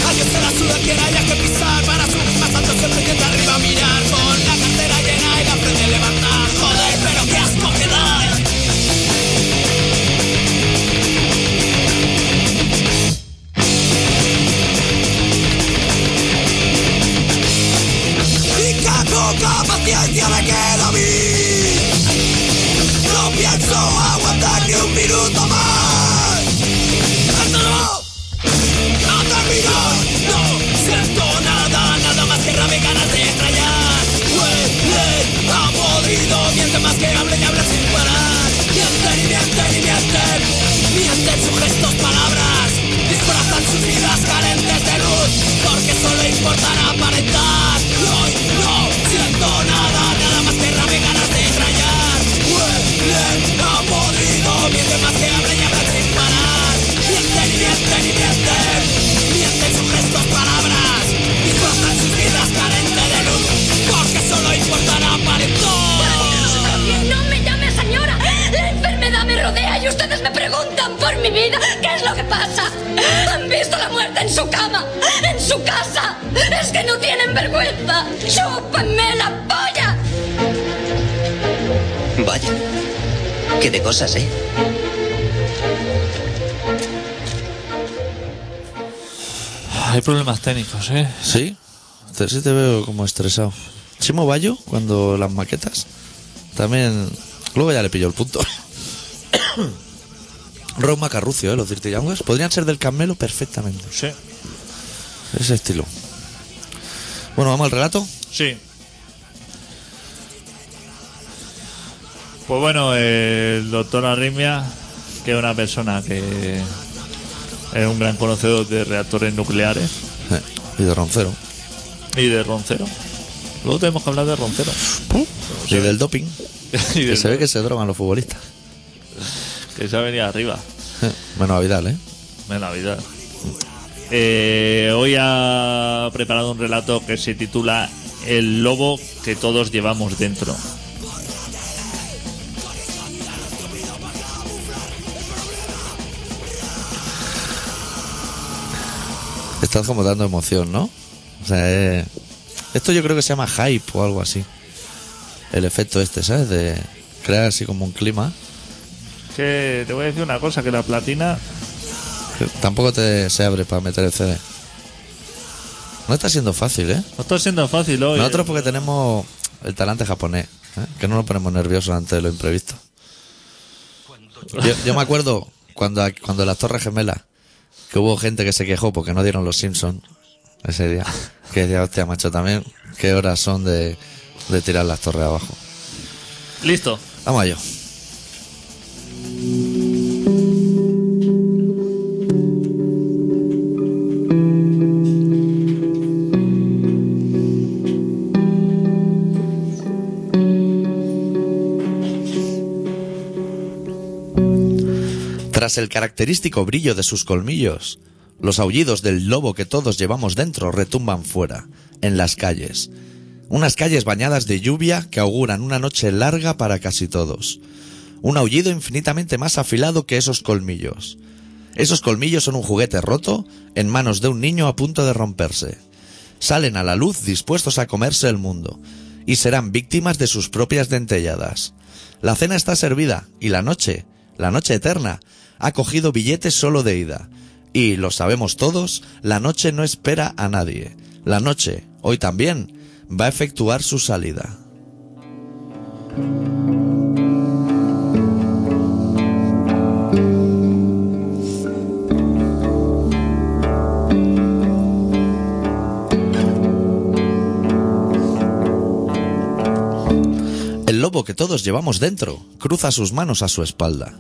Alguien se la suda quien haya que pisar para subir más alto siempre que te arriba a mirar. Con la cartera llena y la frente levantar. Joder, pero qué asco que da. y que poca paciencia me queda a mí. No pienso aguantar ni un minuto más. Esto no ha terminado. No siento nada, nada más que rabia y ganas de estrellar. Huele a podrido, miente más que hable y habla sin parar. Mienten y mienten y mienten, mienten sus gestos, palabras. Disfrazan sus vidas carentes de luz, porque solo importan aparentar. Hoy no siento nada, nada más que rabia y ganas de estrellar. Huelen a podrido, mienten más que hable y habla sin parar. Mienten y mienten y mienten, mienten sus gestos, palabras. Disfrazan sus vidas carentes de luz, porque solo importan aparentar. No me llame señora, la enfermedad me rodea y ustedes me preguntan por mi vida. ¿Qué es lo que pasa? Han visto la muerte en su cama, en su casa. Es que no tienen vergüenza. ¡Chúpenme la polla! que de cosas, ¿eh? Ah, Hay problemas técnicos, ¿eh? ¿Sí? Te- Sí te veo como estresado. Chimo Bayo, cuando las maquetas, también... Luego ya le pilló el punto. Roma Carrucio, ¿eh? los Dirty Youngers. Podrían ser del Carmelo perfectamente. Sí. Ese estilo. Bueno, vamos al relato. Sí. Pues bueno, eh, el doctor Arrimia, que es una persona que es un gran conocedor de reactores nucleares Eh, y de Roncero. y de Roncero. Luego tenemos que hablar de Roncero. Uh. Y del doping. y de- Que se ve que se drogan los futbolistas. que se ha venido arriba. Eh, Menos a Vidal, ¿eh? Me la vida. Eh, hoy ha preparado un relato que se titula El lobo que todos llevamos dentro. Estás como dando emoción, ¿no? O sea, eh, esto yo creo que se llama hype o algo así. El efecto este, ¿sabes? De crear así como un clima. Que te voy a decir una cosa, que la platina... que tampoco te se abre para meter el CD. No está siendo fácil, ¿eh? No está siendo fácil hoy. Nosotros porque tenemos el talante japonés, ¿eh? que no nos ponemos nerviosos ante lo imprevisto. Yo, yo me acuerdo cuando, cuando las Torres Gemelas, que hubo gente que se quejó porque no dieron los Simpsons ese día. Que decía, hostia, macho, también, qué horas son de, de tirar las torres abajo. eh. Listo. Vamos a ello. Tras el característico brillo de sus colmillos, los aullidos del lobo que todos llevamos dentro retumban fuera, en las calles. Unas calles bañadas de lluvia que auguran una noche larga para casi todos. Un aullido infinitamente más afilado que esos colmillos. Esos colmillos son un juguete roto en manos de un niño a punto de romperse. Salen a la luz dispuestos a comerse el mundo y serán víctimas de sus propias dentelladas. La cena está servida y la noche, la noche eterna, ha cogido billetes solo de ida. Y, lo sabemos todos, la noche no espera a nadie. La noche, hoy también, va a efectuar su salida. El lobo que todos llevamos dentro cruza sus manos a su espalda.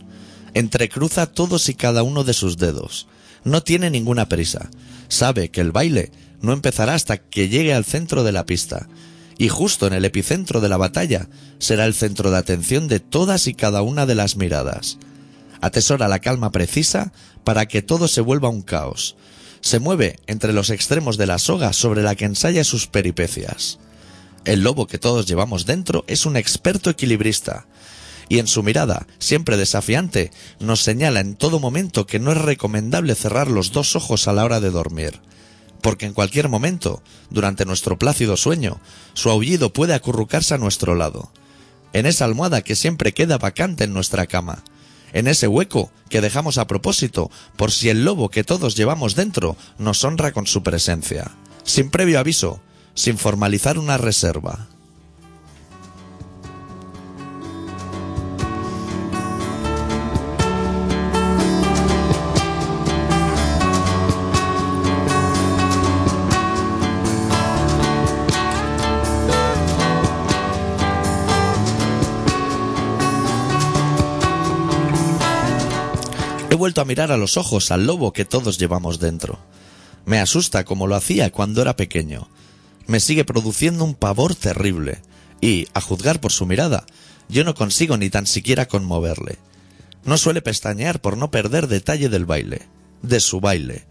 Entrecruza todos y cada uno de sus dedos. No tiene ninguna prisa. Sabe que el baile no empezará hasta que llegue al centro de la pista. Y justo en el epicentro de la batalla será el centro de atención de todas y cada una de las miradas. Atesora la calma precisa para que todo se vuelva un caos. Se mueve entre los extremos de la soga sobre la que ensaya sus peripecias. El lobo que todos llevamos dentro es un experto equilibrista. Y en su mirada, siempre desafiante, nos señala en todo momento que no es recomendable cerrar los dos ojos a la hora de dormir. Porque en cualquier momento, durante nuestro plácido sueño, su aullido puede acurrucarse a nuestro lado. En esa almohada que siempre queda vacante en nuestra cama. En ese hueco que dejamos a propósito por si el lobo que todos llevamos dentro nos honra con su presencia. Sin previo aviso, sin formalizar una reserva. He vuelto a mirar a los ojos al lobo que todos llevamos dentro. Me asusta como lo hacía cuando era pequeño. Me sigue produciendo un pavor terrible. Y, a juzgar por su mirada, yo no consigo ni tan siquiera conmoverle. No suele pestañear por no perder detalle del baile, de su baile,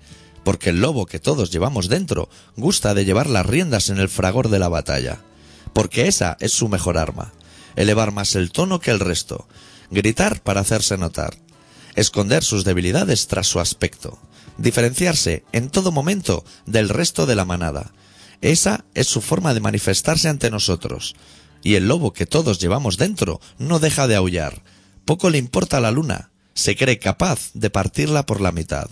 porque el lobo que todos llevamos dentro gusta de llevar las riendas en el fragor de la batalla, porque esa es su mejor arma, elevar más el tono que el resto, gritar para hacerse notar, esconder sus debilidades tras su aspecto, diferenciarse en todo momento del resto de la manada. Esa es su forma de manifestarse ante nosotros, y el lobo que todos llevamos dentro no deja de aullar, Poco le importa la luna. Se cree capaz de partirla por la mitad.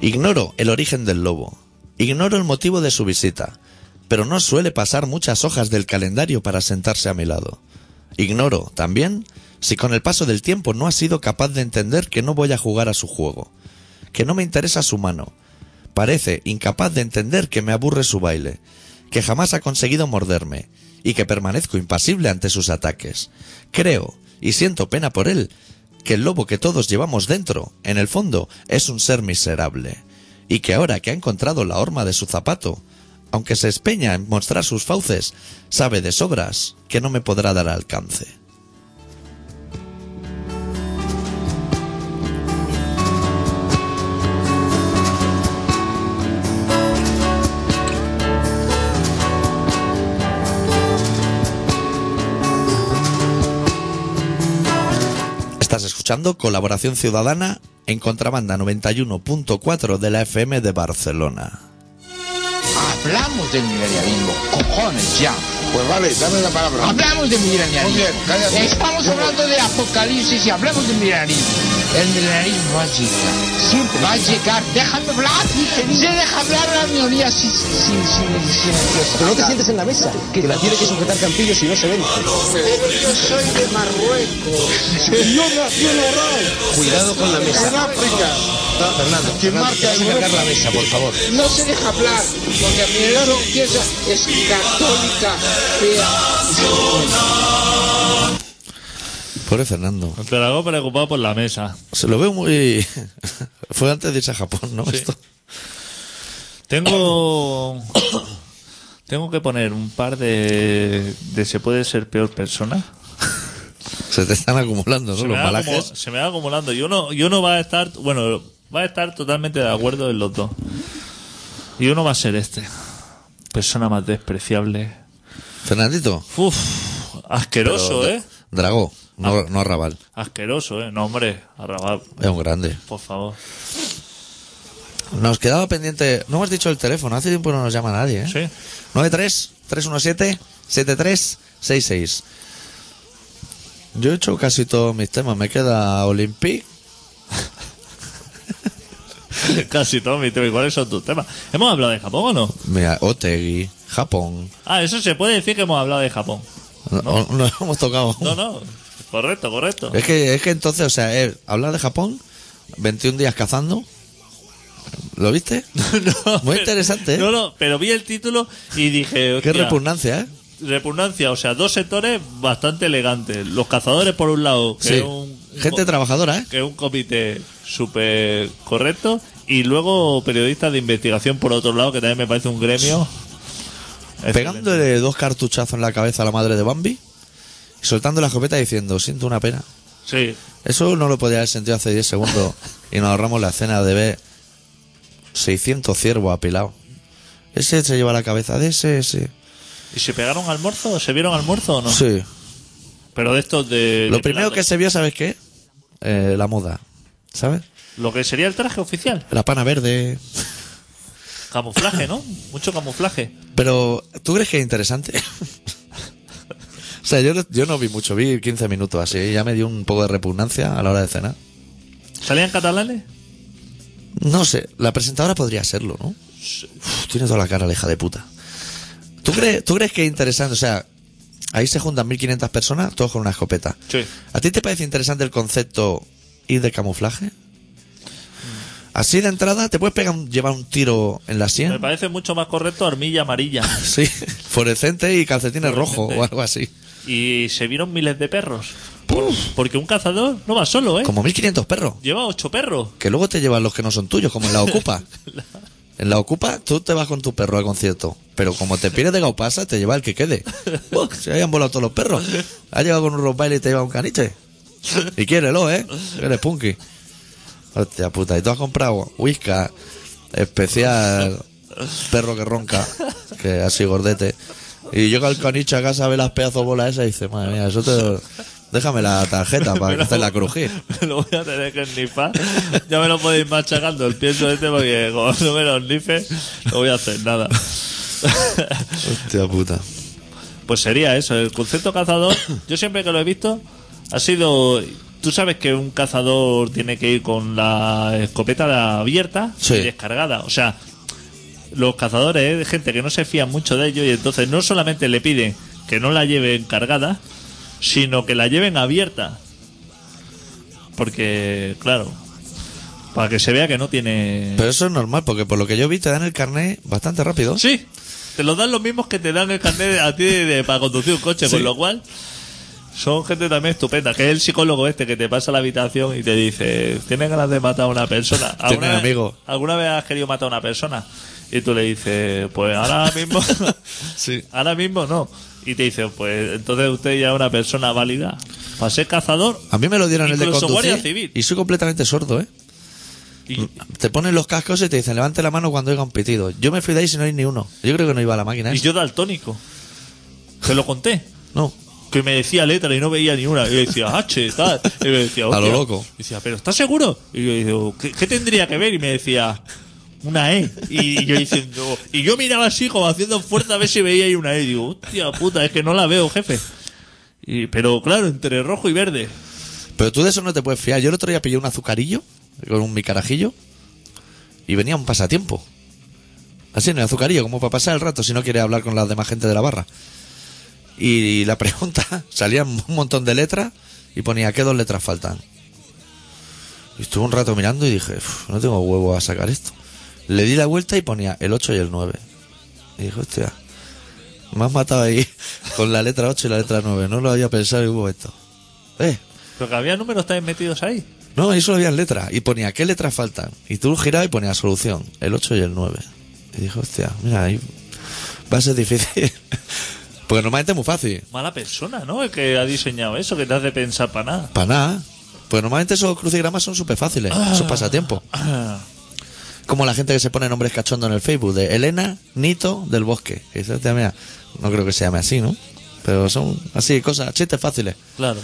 Ignoro el origen del lobo. Ignoro el motivo de su visita. Pero no suele pasar muchas hojas del calendario para sentarse a mi lado. Ignoro, también, si con el paso del tiempo no ha sido capaz de entender que no voy a jugar a su juego. Que no me interesa su mano. Parece incapaz de entender que me aburre su baile. Que jamás ha conseguido morderme. Y que permanezco impasible ante sus ataques. Creo, y siento pena por él, que el lobo que todos llevamos dentro, en el fondo, es un ser miserable, y que ahora que ha encontrado la horma de su zapato, aunque se espeña en mostrar sus fauces, sabe de sobras que no me podrá dar alcance. Estás escuchando Colaboración Ciudadana en Contrabanda 91.4 de la FM de Barcelona. Hablamos del milenarismo, cojones ya. Pues vale, dame la palabra. Hablamos del milenarismo. Muy bien, cállate. Estamos hablando de apocalipsis y hablamos del milenarismo. El milenarismo va a llegar, siempre va a llegar. Déjame hablar, se deja hablar la minoría sin, sin, sin, sin- sin- Pero no te sientes en la mesa, que la tiene que sujetar Campillo si no se vence. Yo soy de Marruecos. Yo nací en Oral, Cuidado con la mesa. en África. Fernando, ¿Quién Fernando, marca te vas a el cargar la mesa, por favor. No se deja hablar, porque a mi edad no piensa, es católica, eh, fea. Pobre Fernando. Pero algo preocupado por la mesa. Se lo veo muy... Fue antes de irse a Japón, ¿no? Sí. Esto. Tengo. Tengo que poner un par de. de se puede ser peor persona. Se te están acumulando, ¿no? Se Los me, va como- malajes. se me va acumulando. Yo no, yo no va a estar. Bueno, va a estar totalmente de acuerdo en los dos. Y uno va a ser este. Persona más despreciable. Fernandito. Uf, asqueroso, pero- ¿eh? Dragó, no, Ah. no Arrabal. Asqueroso, ¿eh? No, hombre, arrabal, Es un grande. por favor. Nos quedaba pendiente. No hemos dicho el teléfono. Hace tiempo no nos llama nadie, ¿eh? Sí. 93-317-7366. Yo he hecho casi todos mis temas. Me queda Olympic. Casi todo mi tema. ¿Y cuáles son tus temas? ¿Hemos hablado de Japón o no? Mira, Otegi, Japón. Ah, eso se puede decir que hemos hablado de Japón. No, no hemos tocado. No, no. Correcto, correcto. Es que, es que entonces, o sea, eh, hablar de Japón, 21 días cazando. ¿Lo viste? No, Muy pero- interesante, ¿eh? No, no, pero vi el título y dije. Qué hostia, repugnancia, ¿eh? repugnancia, o sea, dos sectores bastante elegantes. Los cazadores, por un lado, que Sí. es un, Gente co- trabajadora, ¿eh? que es un comité súper correcto, y luego periodistas de investigación, por otro lado, que también me parece un gremio. Excelente. Pegándole dos cartuchazos en la cabeza a la madre de Bambi y soltando la escopeta diciendo, siento una pena. Sí, Eso no lo podía haber sentido hace 10 segundos y nos ahorramos la escena de ver 600 ciervos apilados. Ese se lleva la cabeza de ese, ese. ¿Y se pegaron almuerzo? ¿Se vieron almuerzo o no? Sí. Pero de estos de... Lo de primero pelardo. que se vio, ¿sabes qué? Eh, la moda. ¿Sabes? Lo que sería el traje oficial. La pana verde. Camuflaje, ¿no? Mucho camuflaje. Pero, ¿tú crees que es interesante? o sea, yo, no- yo no vi mucho, vi 15 minutos así y ya me dio un poco de repugnancia a la hora de cenar. ¿Salían catalanes? No sé, la presentadora podría serlo, ¿no? Uf, tiene toda la cara la hija de puta. ¿Tú crees, ¿Tú crees que es interesante? O sea, ahí se juntan 1500 personas, todos con una escopeta. Sí. ¿A ti te parece interesante el concepto ir de camuflaje? Así de entrada, ¿te puedes pegar un- llevar un tiro en la Me sien? parece mucho más correcto armilla amarilla. Sí, fluorescente y calcetines rojos o algo así. Y se vieron miles de perros. Por- porque un cazador no va solo, ¿eh? Como 1500 perros. Lleva ocho perros. Que luego te llevan los que no son tuyos, como en la Ocupa. En la Ocupa tú te vas con tu perro al concierto, pero como te pierdes de Gaupasa, te lleva el que quede. Buah, Se hayan volado todos los perros. Ha llegado con un rockbaile y te lleva un caniche. Y quiérelo, ¿eh? Que Eres punky. Hostia puta, y tú has comprado whisky especial perro que ronca, que así gordete. Y llega el caniche a casa, ve las pedazos bolas esas y dice, madre mía, eso te... Déjame la tarjeta para hacerla crujir. Me lo voy a tener que snifar. Ya me lo podéis machacando el pienso este porque como no me lo snife, no voy a hacer nada. Hostia puta. Pues sería eso, el concepto cazador, yo siempre que lo he visto, ha sido... Tú sabes que un cazador tiene que ir con la escopeta abierta Sí. y descargada. O sea, los cazadores es gente que no se fía mucho de ellos y entonces no solamente le piden que no la lleven cargada, sino que la lleven abierta. Porque, claro, para que se vea que no tiene... Pero eso es normal, porque por lo que yo vi te dan el carnet bastante rápido. Sí, te lo dan los mismos que te dan el carnet a ti de, de- para conducir un coche, con lo cual son gente también estupenda. Que es el psicólogo este que te pasa a la habitación y te dice, ¿tienes ganas de matar a una persona? Tiene vez- amigo. ¿Alguna vez has querido matar a una persona? Y tú le dices, pues ahora mismo, Sí. ahora mismo no. Y te dice, pues entonces usted ya es una persona válida. Para ser cazador, A mí me lo dieron el de Incluso Guardia conducir Civil. y soy completamente sordo, ¿eh? y- Te ponen los cascos y te dicen levante la mano cuando oiga un pitido. Yo me fui de ahí si no hay ni uno. Yo creo que no iba a la máquina. y esa. yo daltónico. Te lo conté. No. que me decía letra y no veía ni una. Y yo decía H, tal. Y me decía, A lo "Hostia". loco. Y decía, ¿pero estás seguro? Y yo digo, ¿qué, qué tendría que ver? Y me decía, una E. Y yo diciendo, y yo miraba así como haciendo fuerza a ver si veía ahí una E. Y digo, hostia puta, es que no la veo, jefe. Y, pero claro, entre rojo y verde. Pero tú de eso no te puedes fiar. Yo el otro día pillé un azucarillo con un micarajillo y venía un pasatiempo. Así en el azucarillo, como para pasar el rato si no quieres hablar con la demás gente de la barra. Y la pregunta, salían un montón de letras y ponía ¿qué dos letras faltan? Y estuve un rato mirando y dije, "Uf, no tengo huevo a sacar esto. Le di la vuelta y ponía el 8 y el 9. Y dije, hostia, me has matado ahí con la letra 8 y la letra 9. No lo había pensado y hubo esto. Eh, Pero que había números también metidos ahí. no, ahí solo había letras. Y ponía, ¿qué letras faltan? Y tú girabas y ponía solución, el 8 y el 9. Y dije, hostia, mira, ahí va a ser difícil. Porque normalmente es muy fácil. Mala persona, ¿no? El que ha diseñado eso, que te hace pensar para nada. Para nada. Pues normalmente esos crucigramas son súper fáciles. Esos pasatiempos. Como la gente que se pone nombres cachondo en el Facebook. De Elena Nito del Bosque. Y dice, hostia, mira, no creo que se llame así, ¿no? Pero son así, cosas, chistes fáciles. Claro.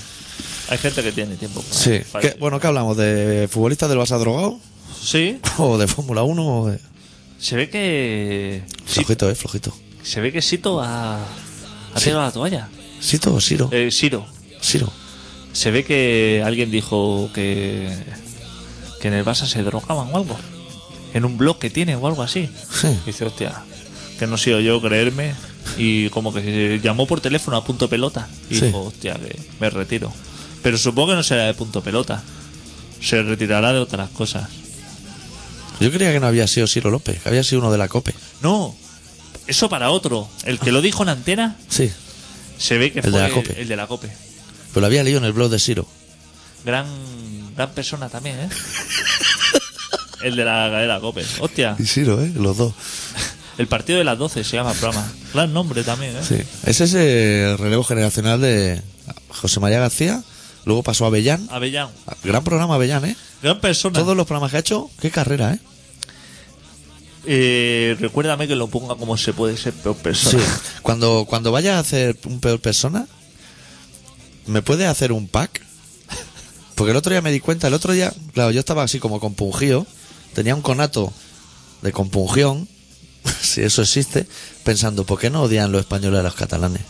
Hay gente que tiene tiempo. para- Sí. para ¿Qué- eso. bueno, ¿qué hablamos? ¿De futbolistas del Barça drogado? Sí. ¿O de Fórmula 1? O de- Se ve que. Sí, Flojito, eh, flojito. Se ve que Sito ha, ha Sí. tirado la toalla. ¿Sito o Siro? Eh, Siro. Siro. Se ve que alguien dijo que, que en el Barça se drogaban o algo. En un blog que tiene o algo así. Sí. Dice, hostia, que no he sido yo creerme. Y como que se llamó por teléfono a punto pelota. Y Sí. dijo, hostia, que me retiro. Pero supongo que no será de punto pelota. Se retirará de otras cosas. Yo creía que no había sido Siro López, que había sido uno de la COPE. No, eso para otro. El que lo dijo en antena, Sí. se ve que El de fue la Cope. el de la cope. Pero Pues lo había leído en el blog de Siro. Gran, gran persona también, ¿eh? El de la cadera Cope. Hostia, Siro, ¿eh? Los dos. el partido de las 12 se llama el programa. Gran nombre también, ¿eh? Sí. Ese es el relevo generacional de José María García. Luego pasó a Avellán. Avellán. Gran programa Avellán, ¿eh? Gran persona. Todos los programas que ha hecho, qué carrera, ¿eh? Eh, recuérdame que lo ponga como se puede ser peor Sí. persona. Cuando, cuando vaya a hacer un peor persona, ¿me puede hacer un pack? Porque el otro día me di cuenta, el otro día, claro, yo estaba así como compungido, tenía un conato de compungión, si eso existe, pensando, ¿por qué no odian los españoles a los catalanes?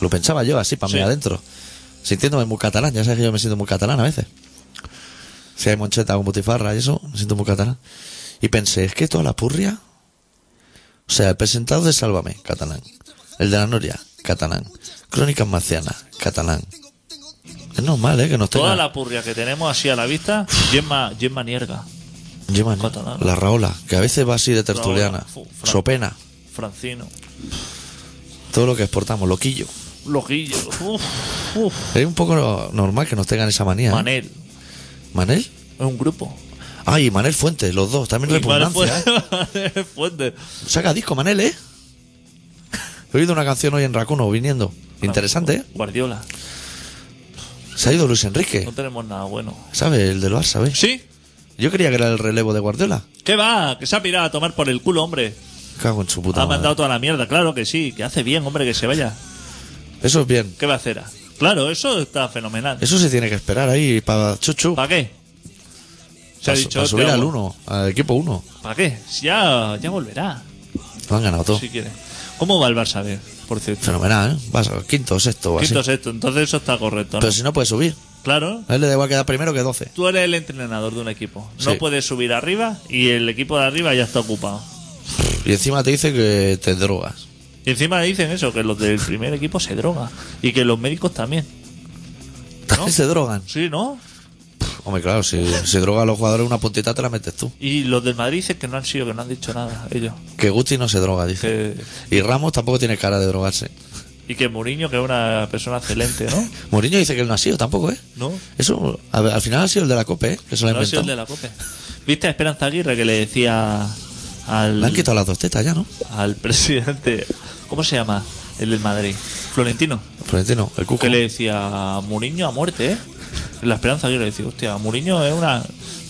Lo pensaba yo así, para mí Sí. adentro, sintiéndome muy catalán, ya sabes que yo me siento muy catalán a veces. Si hay moncheta con butifarra y eso, me siento muy catalán. Y pensé, es que toda la purria. O sea, el presentado de Sálvame, catalán. El de la Noria, catalán. Crónicas marcianas, catalán. Es normal, ¿eh? Que nos Toda tenga... la purria que tenemos así a la vista, Gemma, Gemma Nierga, Llevan catalana. la Raola, que a veces va así de tertuliana. Rahola, fu- Fran- Sopena. Francino, Todo lo que exportamos, loquillo. Lojillo, uf, uf, Es un poco normal que nos tengan esa manía. ¿eh? Manel. ¿Manel? Es un grupo. Ay, Manel Fuentes, los dos. También Y Manel repugnancia, ¿eh? Fuente- Fuente. Saca disco, Manel, ¿eh? He oído una canción hoy en Racuno viniendo. Interesante, ¿eh? Guardiola. Se ha ido Luis Enrique. No tenemos nada bueno. ¿Sabe? El del Barça, ¿ves? Sí, Yo creía que era el relevo de Guardiola. ¿Qué va? Que se ha pirado a tomar por el culo, hombre. Cago en su puta Ha madre. mandado toda la mierda, claro que sí, que hace bien, hombre, que se vaya. Eso es bien. ¿Qué va a hacer? ah? Claro, eso está fenomenal. Eso se tiene que esperar ahí para Chuchu. ¿Para qué? Se ha Para, dicho, para subir te al hago- 1, al equipo 1. ¿Para qué? Si Ya, ya volverá, Lo han ganado todo. si quiere. ¿Cómo va el Barça a ver, por cierto? Fenomenal, ¿eh? Vas a quinto, sexto o así. Pues Quinto sexto, entonces eso está correcto. ¿no? Pero si no puede subir. Claro, A él le da igual quedar primero que 12. tú eres el entrenador de un equipo. No Sí. puedes subir arriba y el equipo de arriba ya está ocupado. Y encima te dice que te drogas. Y encima dicen eso, que los del primer equipo se drogan y que los médicos también. También se drogan. Sí, ¿no? Hombre, claro, si se droga a los jugadores una puntita te la metes tú. Y los del Madrid dicen que no han sido, que no han dicho nada ellos. Que Guti no se droga, dice. Que- Y Ramos tampoco tiene cara de drogarse. y que Mourinho, que es una persona excelente, ¿no? Mourinho dice que él no ha sido tampoco, ¿eh? ¿No? Eso, a ver, al final ha sido el de la copa, ¿eh? Que se lo ha No ha sido inventado. el de la COPE. ¿Viste a Esperanza Aguirre que le decía al, Le han quitado las dos tetas ya, ¿no? al presidente, ¿cómo se llama? El del Madrid, Florentino, Florentino, el cuco. que le decía Muriño a muerte, ¿eh? La Esperanza Aguirre decía, hostia, Muriño es una.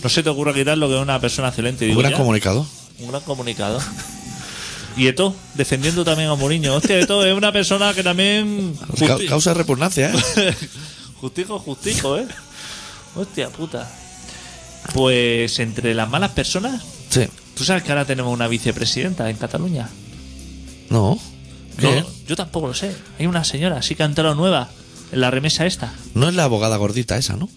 No se te ocurra quitar lo que es una persona excelente. Y Un digo, gran ya, comunicador. un gran comunicador. Y Eto, defendiendo también a Muriño. Hostia, Eto es una persona que también. Ca- justi- causa repugnancia, ¿eh? justico, justico, ¿eh? Hostia puta. Pues entre las malas personas, sí. tú sabes que ahora tenemos una vicepresidenta en Cataluña. No. ¿Qué? No, yo tampoco lo sé. Hay una señora, sí que ha entrado nueva en la remesa esta. No es la abogada gordita esa, ¿no?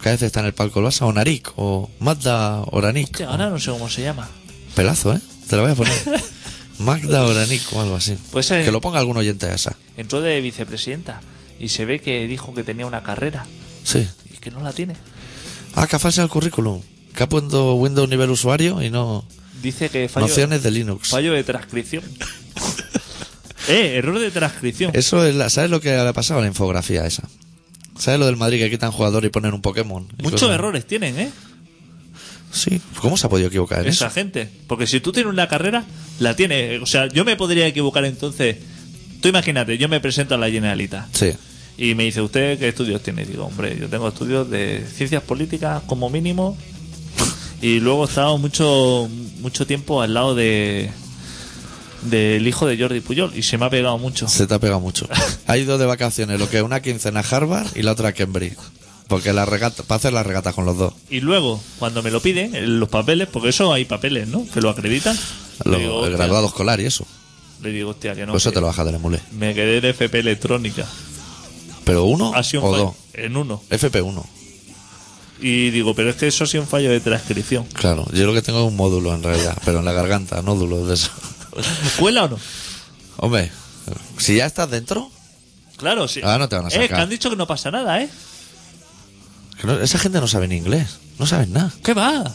Que a veces está en el palco el Barça, o Narik, o Magda Oranik. Hostia, ahora no sé cómo se llama. Pelazo, ¿eh? Te la voy a poner. Magda Oranik o algo así. Pues, eh, Que lo ponga algún oyente a esa. Entró de vicepresidenta y se ve que dijo que tenía una carrera Sí. y que no la tiene. Ah, que falsa el currículum. Que ha puesto Windows nivel usuario y no. Dice que fallo, Nociones de Linux. fallo de transcripción. eh, error de transcripción. Eso es la, ¿Sabes lo que le ha pasado a la infografía esa? ¿Sabes lo del Madrid que quitan jugador y ponen un Pokémon? Y Muchos cosas? errores tienen, ¿eh? Sí. ¿Cómo se ha podido equivocar en Esa eso? gente. Porque si tú tienes una carrera, la tiene. O sea, yo me podría equivocar entonces. Tú imagínate, yo me presento a la Generalita. Sí. Y me dice, ¿usted qué estudios tiene? Y digo, hombre, yo tengo estudios de ciencias políticas como mínimo. Y luego he estado mucho, mucho tiempo al lado de del hijo de Jordi Puyol. Y se me ha pegado mucho. Se te ha pegado mucho. Ha ido de vacaciones, lo que es una quincena a Harvard y la otra a Cambridge. Porque la regata, para hacer la regata con los dos. Y luego, cuando me lo piden, en los papeles, porque eso hay papeles, ¿no? Que lo acreditan. Lo- le, digo, el "Hostia". graduado escolar y eso. Le digo, hostia, que no. Pues eso que te lo baja del emule. Me quedé en FP electrónica. Pero uno Ha sido un o fallo dos. en uno. FP1. Y digo, pero es que eso ha sido un fallo de transcripción. Claro. Yo lo que tengo es un módulo en realidad. Pero en la garganta, nódulo de eso. ¿Cuela o no? Hombre, si ya estás dentro. Claro, sí. Ah, no te van a Eh, que sacar. han dicho que no pasa nada, ¿eh? que no- esa gente no sabe ni inglés. No saben nada. ¿Qué va?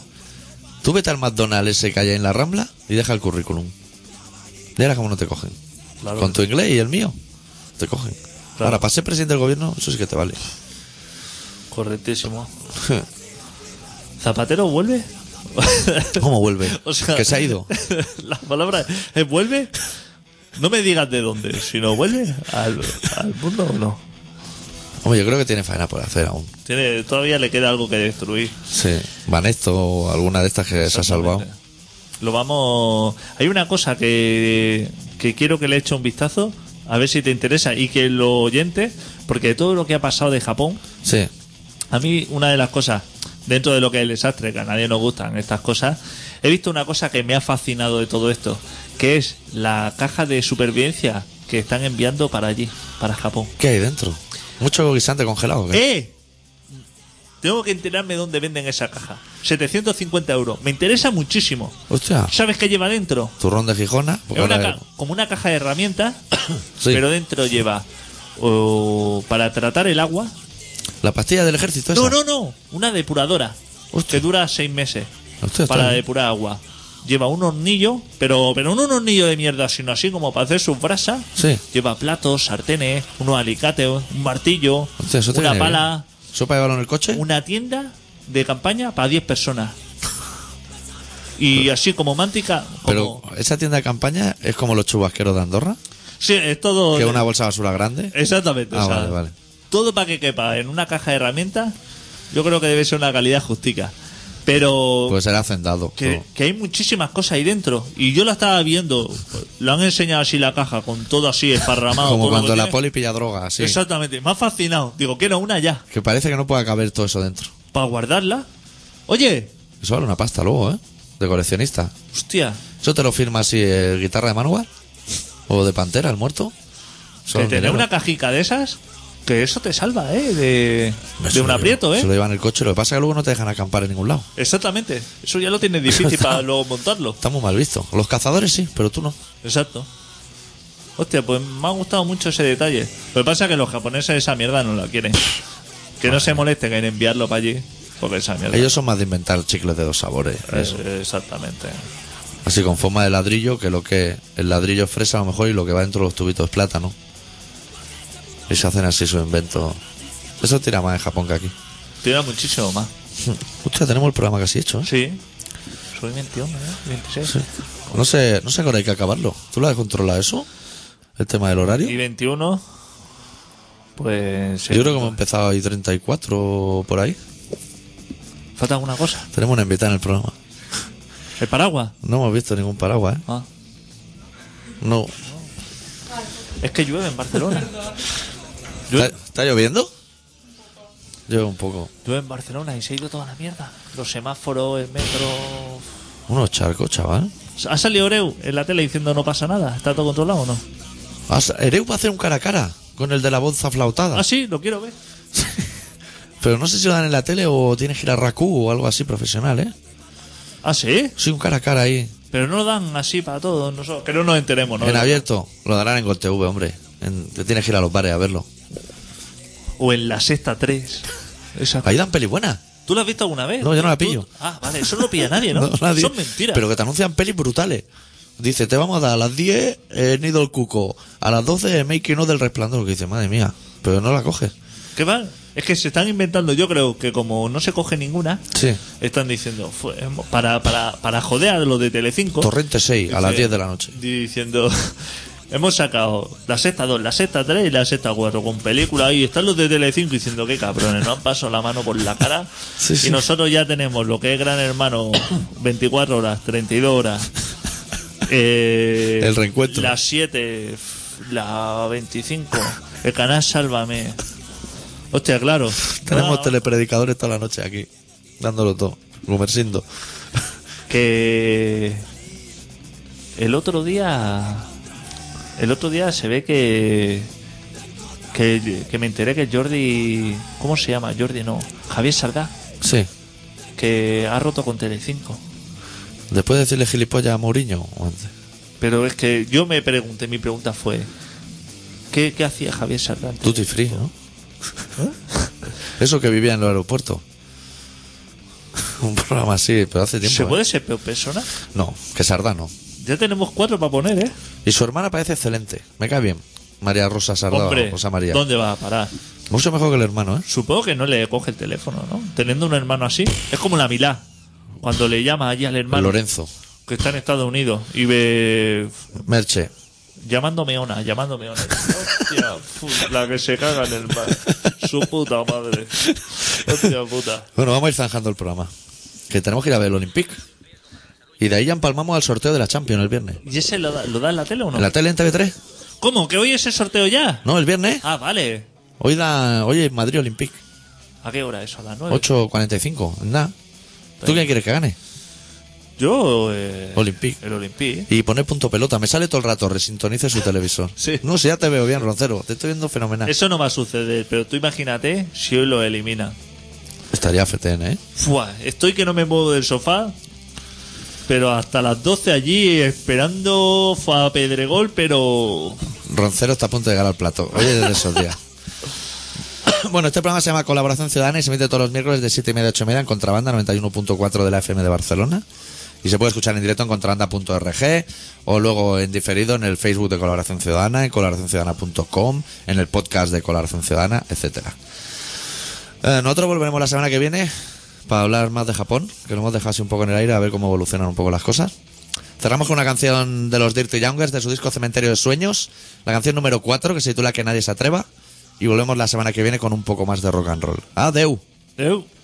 Tú vete al McDonald's ese que hay en la Rambla y deja el currículum. Y ahora cómo no te cogen. Claro. Con tu inglés y el mío, te cogen. Claro. Ahora, para ser presidente del gobierno, eso sí que te vale. Correctísimo. ¿Zapatero vuelve? ¿Cómo vuelve? O sea- que se ha ido. La palabra es vuelve. No me digas de dónde, sino vuelve al, al mundo o no. Hombre, yo creo que tiene faena por hacer aún. Tiene, todavía le queda algo que destruir. Sí. Vanesto o alguna de estas que se ha salvado. Lo vamos. Hay una cosa que, que quiero que le eche un vistazo, a ver si te interesa y que lo oyentes, porque todo lo que ha pasado de Japón, Sí. a mí una de las cosas, dentro de lo que es el desastre, que a nadie nos gustan estas cosas, he visto una cosa que me ha fascinado de todo esto, que es la caja de supervivencia que están enviando para allí, para Japón. ¿Qué hay dentro? Mucho guisante congelado. ¿o qué? ¡Eh! Tengo que enterarme dónde venden esa caja. 750 euros. Me interesa muchísimo. Hostia. ¿Sabes qué lleva dentro? Turrón de Gijona. pues Es porque una ahora- ca- como una caja de herramientas, Sí. pero dentro lleva o, para tratar el agua. La pastilla del ejército No, esa. no, no, una depuradora Hostia. que dura seis meses Hostia, está para bien. depurar agua. Lleva un hornillo, pero, pero no un hornillo de mierda, sino así como para hacer sus brasas. Sí. Lleva platos, sartenes, unos alicates, un martillo, Hostia, eso te una viene pala, bien. ¿Sopa de balón en el coche? una tienda de campaña para 10 personas. Y así como mántica, Pero como... esa tienda de campaña es como los chubasqueros de Andorra, Sí, es todo... que es una bolsa de basura grande. Exactamente. Ah, o sea, vale, vale. Todo para que quepa en una caja de herramientas, yo creo que debe ser una calidad justica. Pero Pues será hacendado. que, que hay muchísimas cosas ahí dentro. Y yo la estaba viendo. Lo han enseñado así la caja, con todo así esparramado. Como todo lo cuando que la tiene. poli pilla droga, sí. Exactamente. Me ha fascinado. Digo, quiero una ya. Que parece que no puede caber todo eso dentro. Para guardarla. Oye, Eso vale una pasta luego, ¿eh? De coleccionista. hostia. ¿Eso te lo firma así el guitarra de Manowar? ¿O de Pantera, el muerto? Eso Que es tener dinero. una cajica de esas, que eso te salva, ¿eh? De, Eso de un lo aprieto, lleva- ¿eh? Se lo llevan en el coche. Lo que pasa es que luego no te dejan acampar en ningún lado. Exactamente. Eso ya lo tienes difícil para luego montarlo. Está muy mal visto. Los cazadores sí, pero tú no. Exacto. Hostia, pues me ha gustado mucho ese detalle. Lo que pasa es que los japoneses esa mierda no la quieren. Que no se molesten en enviarlo para allí, porque esa mierda. Ellos son más de inventar chicles de dos sabores. Eh, Exactamente. Así con forma de ladrillo, que lo que el ladrillo es fresa a lo mejor y lo que va dentro de los tubitos es plátano. Y se hacen así su invento. Eso tira más en Japón que aquí. Tira muchísimo más. Hostia, tenemos el programa casi hecho, ¿eh? Sí. Soy 21, ¿eh? 26. No sé, no sé ahora hay que acabarlo. ¿Tú lo has controlado eso? El tema del horario. Y 21. Pues. sí. Yo creo que hemos empezado ahí 34 o por ahí. Falta alguna cosa. Tenemos una invitada en el programa. ¿El paraguas? No hemos visto ningún paraguas, ¿eh? Ah. No. Es que llueve en Barcelona. ¿Está, está lloviendo? Llueve un poco. Llueve en Barcelona y se ha ido toda la mierda. Los semáforos, el metro. Unos charcos, chaval. ¿Ha salido Oreu en la tele diciendo no pasa nada? ¿Está todo controlado o no? Ah, Ereu va a hacer un cara a cara con el de la voz aflautada. Ah, sí, lo quiero ver. Pero no sé si lo dan en la tele o tienes que ir a Raku o algo así profesional, ¿eh? Ah, sí. Sí, un cara a cara ahí. Pero no lo dan así para todos nosotros. Que no nos enteremos, ¿no? en abierto. Lo darán en Gol TV, hombre. En- te tienes que ir a los bares a verlo. O en la sexta 3. Esa. Ahí dan pelis buenas. ¿Tú la has visto alguna vez? No, yo no la ¿Tú- pillo. Ah, vale, eso no lo pilla nadie, ¿no? No, nadie. Son mentiras. Pero que te anuncian pelis brutales. Dice, te vamos a dar a las 10 eh, Nido el Cuco, a las 12 Make No del Resplandor. Que dice, madre mía, pero no la coges. ¿Qué va? Es que se están inventando, yo creo que como no se coge ninguna, Sí. están diciendo, fue- para, para, para joder a los de Telecinco. Torrente 6, a las Dice- 10 de la noche. Diciendo, hemos sacado la sexta 2, la sexta 3 y la sexta 4 con película ahí. Están los de Telecinco diciendo, qué cabrones, no han pasado la mano por la cara. Sí, y sí. nosotros ya tenemos lo que es Gran Hermano 24 horas, 32 horas. eh, El reencuentro. La 7, la 25, el canal Sálvame. Hostia, claro. Ah, Tenemos No, telepredicadores toda la noche aquí, dándolo todo, Gumersindo. que el otro día el otro día se ve que que, que me enteré que Jordi ¿cómo se llama? Jordi no Javier Sardá Sí. que ha roto con Telecinco Después de decirle gilipollas a Mourinho, o antes. pero es que yo me pregunté mi pregunta fue ¿qué, qué hacía Javier Sardá? antes? Duty free, ¿no? ¿Eh? Eso que vivía en los aeropuertos. Un programa así, pero hace tiempo. ¿se ¿eh? puede ser peor persona? No, que Sardano. ya tenemos cuatro para poner ¿eh? Y su hermana parece excelente. Me cae bien. María Rosa Sardano. hombre Rosa María. ¿dónde va a parar? Mucho mejor que el hermano, ¿eh? Supongo que no le coge el teléfono, ¿no? Teniendo un hermano así. Es como la Milá. Cuando le llama allí al El hermano Lorenzo. que está en Estados Unidos y ve Merche. llamándome una, llamándome una. Hostia, fu- la que se caga en el mar. Su puta madre. Hostia puta. Bueno, vamos a ir zanjando el programa. Que tenemos que ir a ver el Olympic. Y de ahí ya empalmamos al sorteo de la Champions el viernes. ¿Y ese lo da, lo da en la tele o no? ¿En la tele en TV3? ¿Cómo? ¿Que hoy ese sorteo ya? No, el viernes. Ah, vale. Hoy da, hoy es Madrid Olympic. ¿A qué hora eso? ¿A las nueve? 8.45. Nada. ¿Tú quién quieres que gane? Yo, eh, Olympic. El Olympic. Y poner punto pelota. Me sale todo el rato. Resintonice su televisor. Sí. No, si ya te veo bien, Roncero. Te estoy viendo fenomenal. Eso no va a suceder, pero tú imagínate si hoy lo eliminan. Estaría FTN, ¿eh? Fua, estoy que no me muevo del sofá, pero hasta las 12 allí esperando fue a Pedregol, pero Roncero está a punto de llegar al plato. Oye, desde esos días. Bueno, este programa se llama Colaboración Ciudadana y se emite todos los miércoles de 7 y media a 8 y media en Contrabanda 91.4 de la FM de Barcelona. Y se puede escuchar en directo en contrabanda.org o luego en diferido en el Facebook de Colaboración Ciudadana, en colaboracionciudadana.com, en el podcast de Colaboración Ciudadana, etcétera. Eh, nosotros volveremos la semana que viene para hablar más de Japón, que lo hemos dejado así un poco en el aire, a ver cómo evolucionan un poco las cosas. Cerramos con una canción de los Dirty Youngers de su disco Cementerio de Sueños, la canción número 4 que se titula Que nadie se atreva. Y volvemos la semana que viene con un poco más de rock and roll. Adeu. Eu.